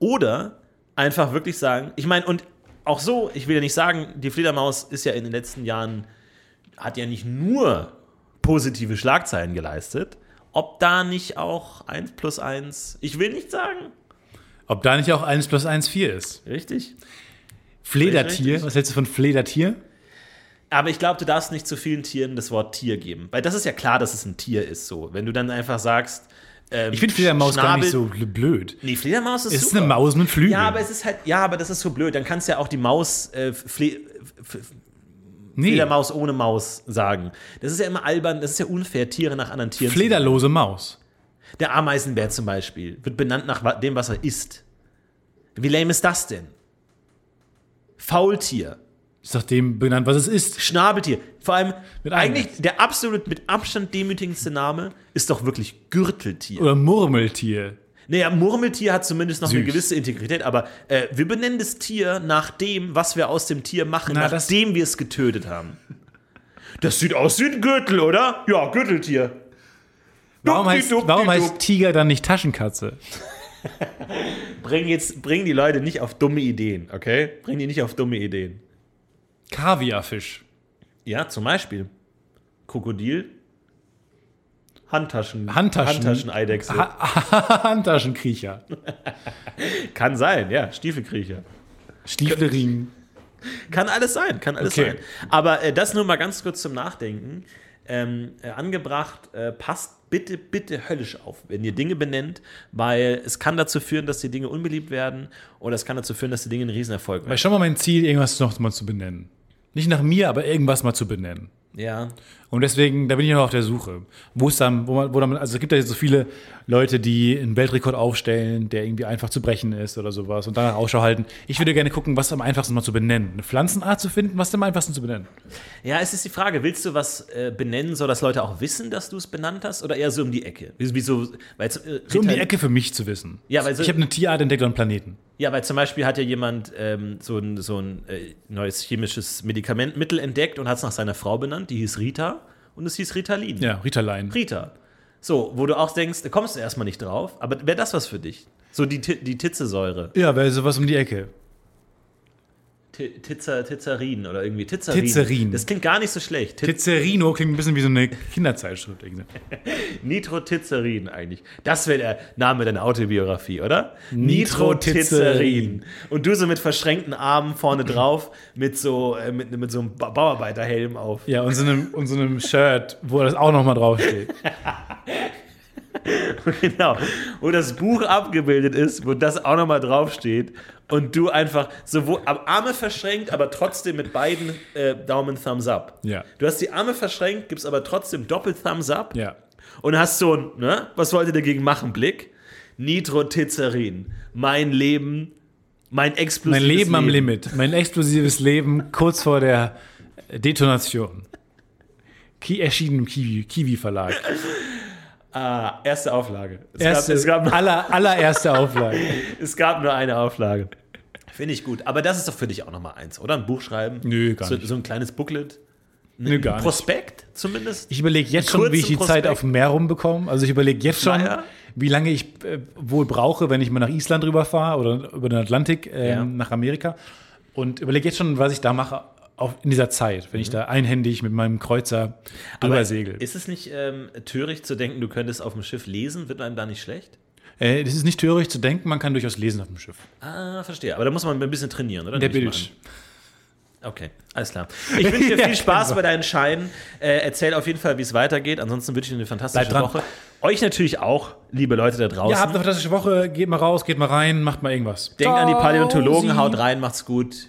Speaker 3: oder einfach wirklich sagen, ich meine, und auch so, ich will ja nicht sagen, die Fledermaus ist ja in den letzten Jahren, hat ja nicht nur positive Schlagzeilen geleistet, ob da nicht auch 1 plus 1, ich will nicht sagen,
Speaker 2: Ob da nicht auch 1 plus 1 4 ist.
Speaker 3: richtig?
Speaker 2: Fledertier,
Speaker 3: Richtig.
Speaker 2: was hältst du von Fledertier?
Speaker 3: Aber ich glaube, du darfst nicht zu vielen Tieren das Wort Tier geben, weil das ist ja klar, dass es ein Tier ist, so. Wenn du dann einfach sagst, ähm,
Speaker 2: Ich finde Fledermaus gar nicht
Speaker 3: Schnabel-
Speaker 2: so bl- blöd.
Speaker 3: Nee, Fledermaus ist
Speaker 2: Es ist
Speaker 3: super.
Speaker 2: eine Maus mit Flügeln.
Speaker 3: Ja, aber es ist halt, ja, aber das ist so blöd. Dann kannst du ja auch die Maus, äh, Fle F- F-
Speaker 2: nee,
Speaker 3: Fledermaus ohne Maus sagen. Das ist ja immer albern, das ist ja unfair, Tiere nach anderen Tieren. zu-
Speaker 2: Flederlose Maus.
Speaker 3: Der Ameisenbär zum Beispiel wird benannt nach wa- dem, was er isst. Wie lame ist das denn? Faultier,
Speaker 2: Ist doch dem benannt, was es ist.
Speaker 3: Schnabeltier. Vor allem,
Speaker 2: Mit einem
Speaker 3: eigentlich der absolut mit Abstand demütigendste Name ist doch wirklich Gürteltier.
Speaker 2: Oder Murmeltier.
Speaker 3: Naja, Murmeltier hat zumindest noch eine
Speaker 2: Süß.
Speaker 3: gewisse Integrität, aber äh, wir benennen das Tier nach dem, was wir aus dem Tier machen,
Speaker 2: Na, das-
Speaker 3: nachdem wir es getötet haben. Das sieht aus wie ein Gürtel, oder? Ja, Gürteltier.
Speaker 2: Warum
Speaker 3: Dupdi,
Speaker 2: heißt,
Speaker 3: dupdi,
Speaker 2: warum
Speaker 3: dup.
Speaker 2: heißt Tiger dann nicht Taschenkatze?
Speaker 3: Bring jetzt, bring die Leute nicht auf dumme Ideen, okay? Bring die nicht auf dumme Ideen.
Speaker 2: Kaviarfisch.
Speaker 3: Ja, zum Beispiel Krokodil, Handtaschen,
Speaker 2: Handtaschen-
Speaker 3: Handtascheneidechse.
Speaker 2: Handtaschenkriecher.
Speaker 3: Kann sein, ja, Stiefelkriecher.
Speaker 2: Stiefelring.
Speaker 3: Kann alles sein, kann alles
Speaker 2: Okay.
Speaker 3: sein. Aber äh, das nur mal ganz kurz zum Nachdenken. Ähm, äh, angebracht, äh, passt bitte, bitte höllisch auf, wenn ihr Dinge benennt, weil es kann dazu führen, dass die Dinge unbeliebt werden oder es kann dazu führen, dass die Dinge ein Riesenerfolg
Speaker 2: Weil
Speaker 3: werden.
Speaker 2: schon mal mein Ziel, irgendwas noch mal zu benennen. Nicht nach mir, aber irgendwas mal zu benennen.
Speaker 3: Ja.
Speaker 2: Und deswegen, da bin ich noch auf der Suche. Wo es dann, wo man, wo dann, also es gibt ja jetzt so viele Leute, die einen Weltrekord aufstellen, der irgendwie einfach zu brechen ist oder sowas und danach Ausschau halten. Ich würde gerne gucken, was am einfachsten mal zu benennen. Eine Pflanzenart zu finden, was am einfachsten zu benennen.
Speaker 3: ja, es ist die Frage, willst du was äh, benennen, so dass Leute auch wissen, dass du es benannt hast oder eher so um die Ecke? Wie, wie so, weil, äh, so
Speaker 2: So um die Ecke für mich zu wissen.
Speaker 3: Ja, weil so-
Speaker 2: ich habe eine Tierart entdeckt und einen Planeten.
Speaker 3: Ja, weil zum Beispiel hat ja jemand ähm, so ein, so ein äh, neues chemisches Medikamentmittel entdeckt und hat es nach seiner Frau benannt, die hieß Rita und es hieß Ritalin.
Speaker 2: Ja, Ritalin.
Speaker 3: Rita. So, wo du auch denkst, da kommst du erstmal nicht drauf, aber wäre das was für dich? So die, Ti- die Titzesäure.
Speaker 2: Ja, weil sowas um die Ecke.
Speaker 3: Ti- Titzer, Titzerin oder irgendwie Titzerin.
Speaker 2: Titzerin.
Speaker 3: Das klingt gar nicht so schlecht. Tit
Speaker 2: Pizzerino klingt ein bisschen wie so eine Kinderzeitschrift. irgendwie.
Speaker 3: Nitrotitzerin eigentlich. Das wäre der Name deiner Autobiografie, oder?
Speaker 2: Nitrotitzerin.
Speaker 3: Nitrotitzerin. Und du so mit verschränkten Armen vorne drauf, mit so, äh, mit, mit so einem Ba- Bauarbeiterhelm auf.
Speaker 2: Ja, und so einem, und so einem Shirt, wo das auch nochmal draufsteht.
Speaker 3: Genau. Wo das Buch abgebildet ist, wo das auch nochmal draufsteht. Und du einfach sowohl am Arme verschränkt, aber trotzdem mit beiden äh, Daumen Thumbs up.
Speaker 2: Ja.
Speaker 3: Du hast die Arme verschränkt, gibst aber trotzdem doppelt Thumbs up.
Speaker 2: Ja.
Speaker 3: Und hast so ein, ne, was wollt ihr dagegen machen, Blick? Nitrotitzerin. Mein Leben, mein explosives
Speaker 2: Mein Leben am Limit. Mein explosives Leben kurz vor der Detonation. Ki erschienen im Kiwi, Kiwi Verlag.
Speaker 3: Ah, erste Auflage. Es,
Speaker 2: Erste,
Speaker 3: gab, es, gab,
Speaker 2: aller, allererste Auflage.
Speaker 3: es gab nur eine Auflage. Finde ich gut. Aber das ist doch für dich auch nochmal eins, oder? Ein Buch schreiben?
Speaker 2: Nö, gar
Speaker 3: so,
Speaker 2: nicht.
Speaker 3: So ein kleines Booklet.
Speaker 2: Nö, gar nicht.
Speaker 3: Prospekt zumindest?
Speaker 2: Ich überlege jetzt schon, wie ich die
Speaker 3: Kurzen
Speaker 2: Zeit
Speaker 3: Prospekt.
Speaker 2: auf dem Meer rumbekomme. Also ich überlege jetzt schon,
Speaker 3: Flyer?
Speaker 2: wie lange ich äh, wohl brauche, wenn ich mal nach Island rüberfahre oder über den Atlantik ähm,
Speaker 3: Ja.
Speaker 2: nach Amerika. Und überlege jetzt schon, was ich da mache auf, in dieser Zeit, wenn ich da einhändig mit meinem Kreuzer drüber segel.
Speaker 3: Mhm. Ist es nicht ähm, töricht zu denken, du könntest auf dem Schiff lesen? Wird einem da nicht schlecht?
Speaker 2: Äh, das ist nicht töricht zu denken, man kann durchaus lesen auf dem Schiff.
Speaker 3: Ah, verstehe. Aber da muss man ein bisschen trainieren, oder?
Speaker 2: Der
Speaker 3: Nehme ich mal
Speaker 2: Bild.
Speaker 3: an. Okay, alles klar. Ich wünsche dir
Speaker 2: Ja,
Speaker 3: viel Spaß
Speaker 2: genau.
Speaker 3: bei deinen Scheinen. Äh, erzähl auf jeden Fall, wie es weitergeht. Ansonsten wünsche ich dir eine fantastische
Speaker 2: Bleib dran.
Speaker 3: Woche. Euch natürlich auch, liebe Leute da draußen.
Speaker 2: Ja, habt eine fantastische Woche. Geht mal raus, geht mal rein, macht mal irgendwas.
Speaker 3: Denkt an die
Speaker 2: Ciao,
Speaker 3: Paläontologen,
Speaker 2: Sie.
Speaker 3: haut rein, macht's gut.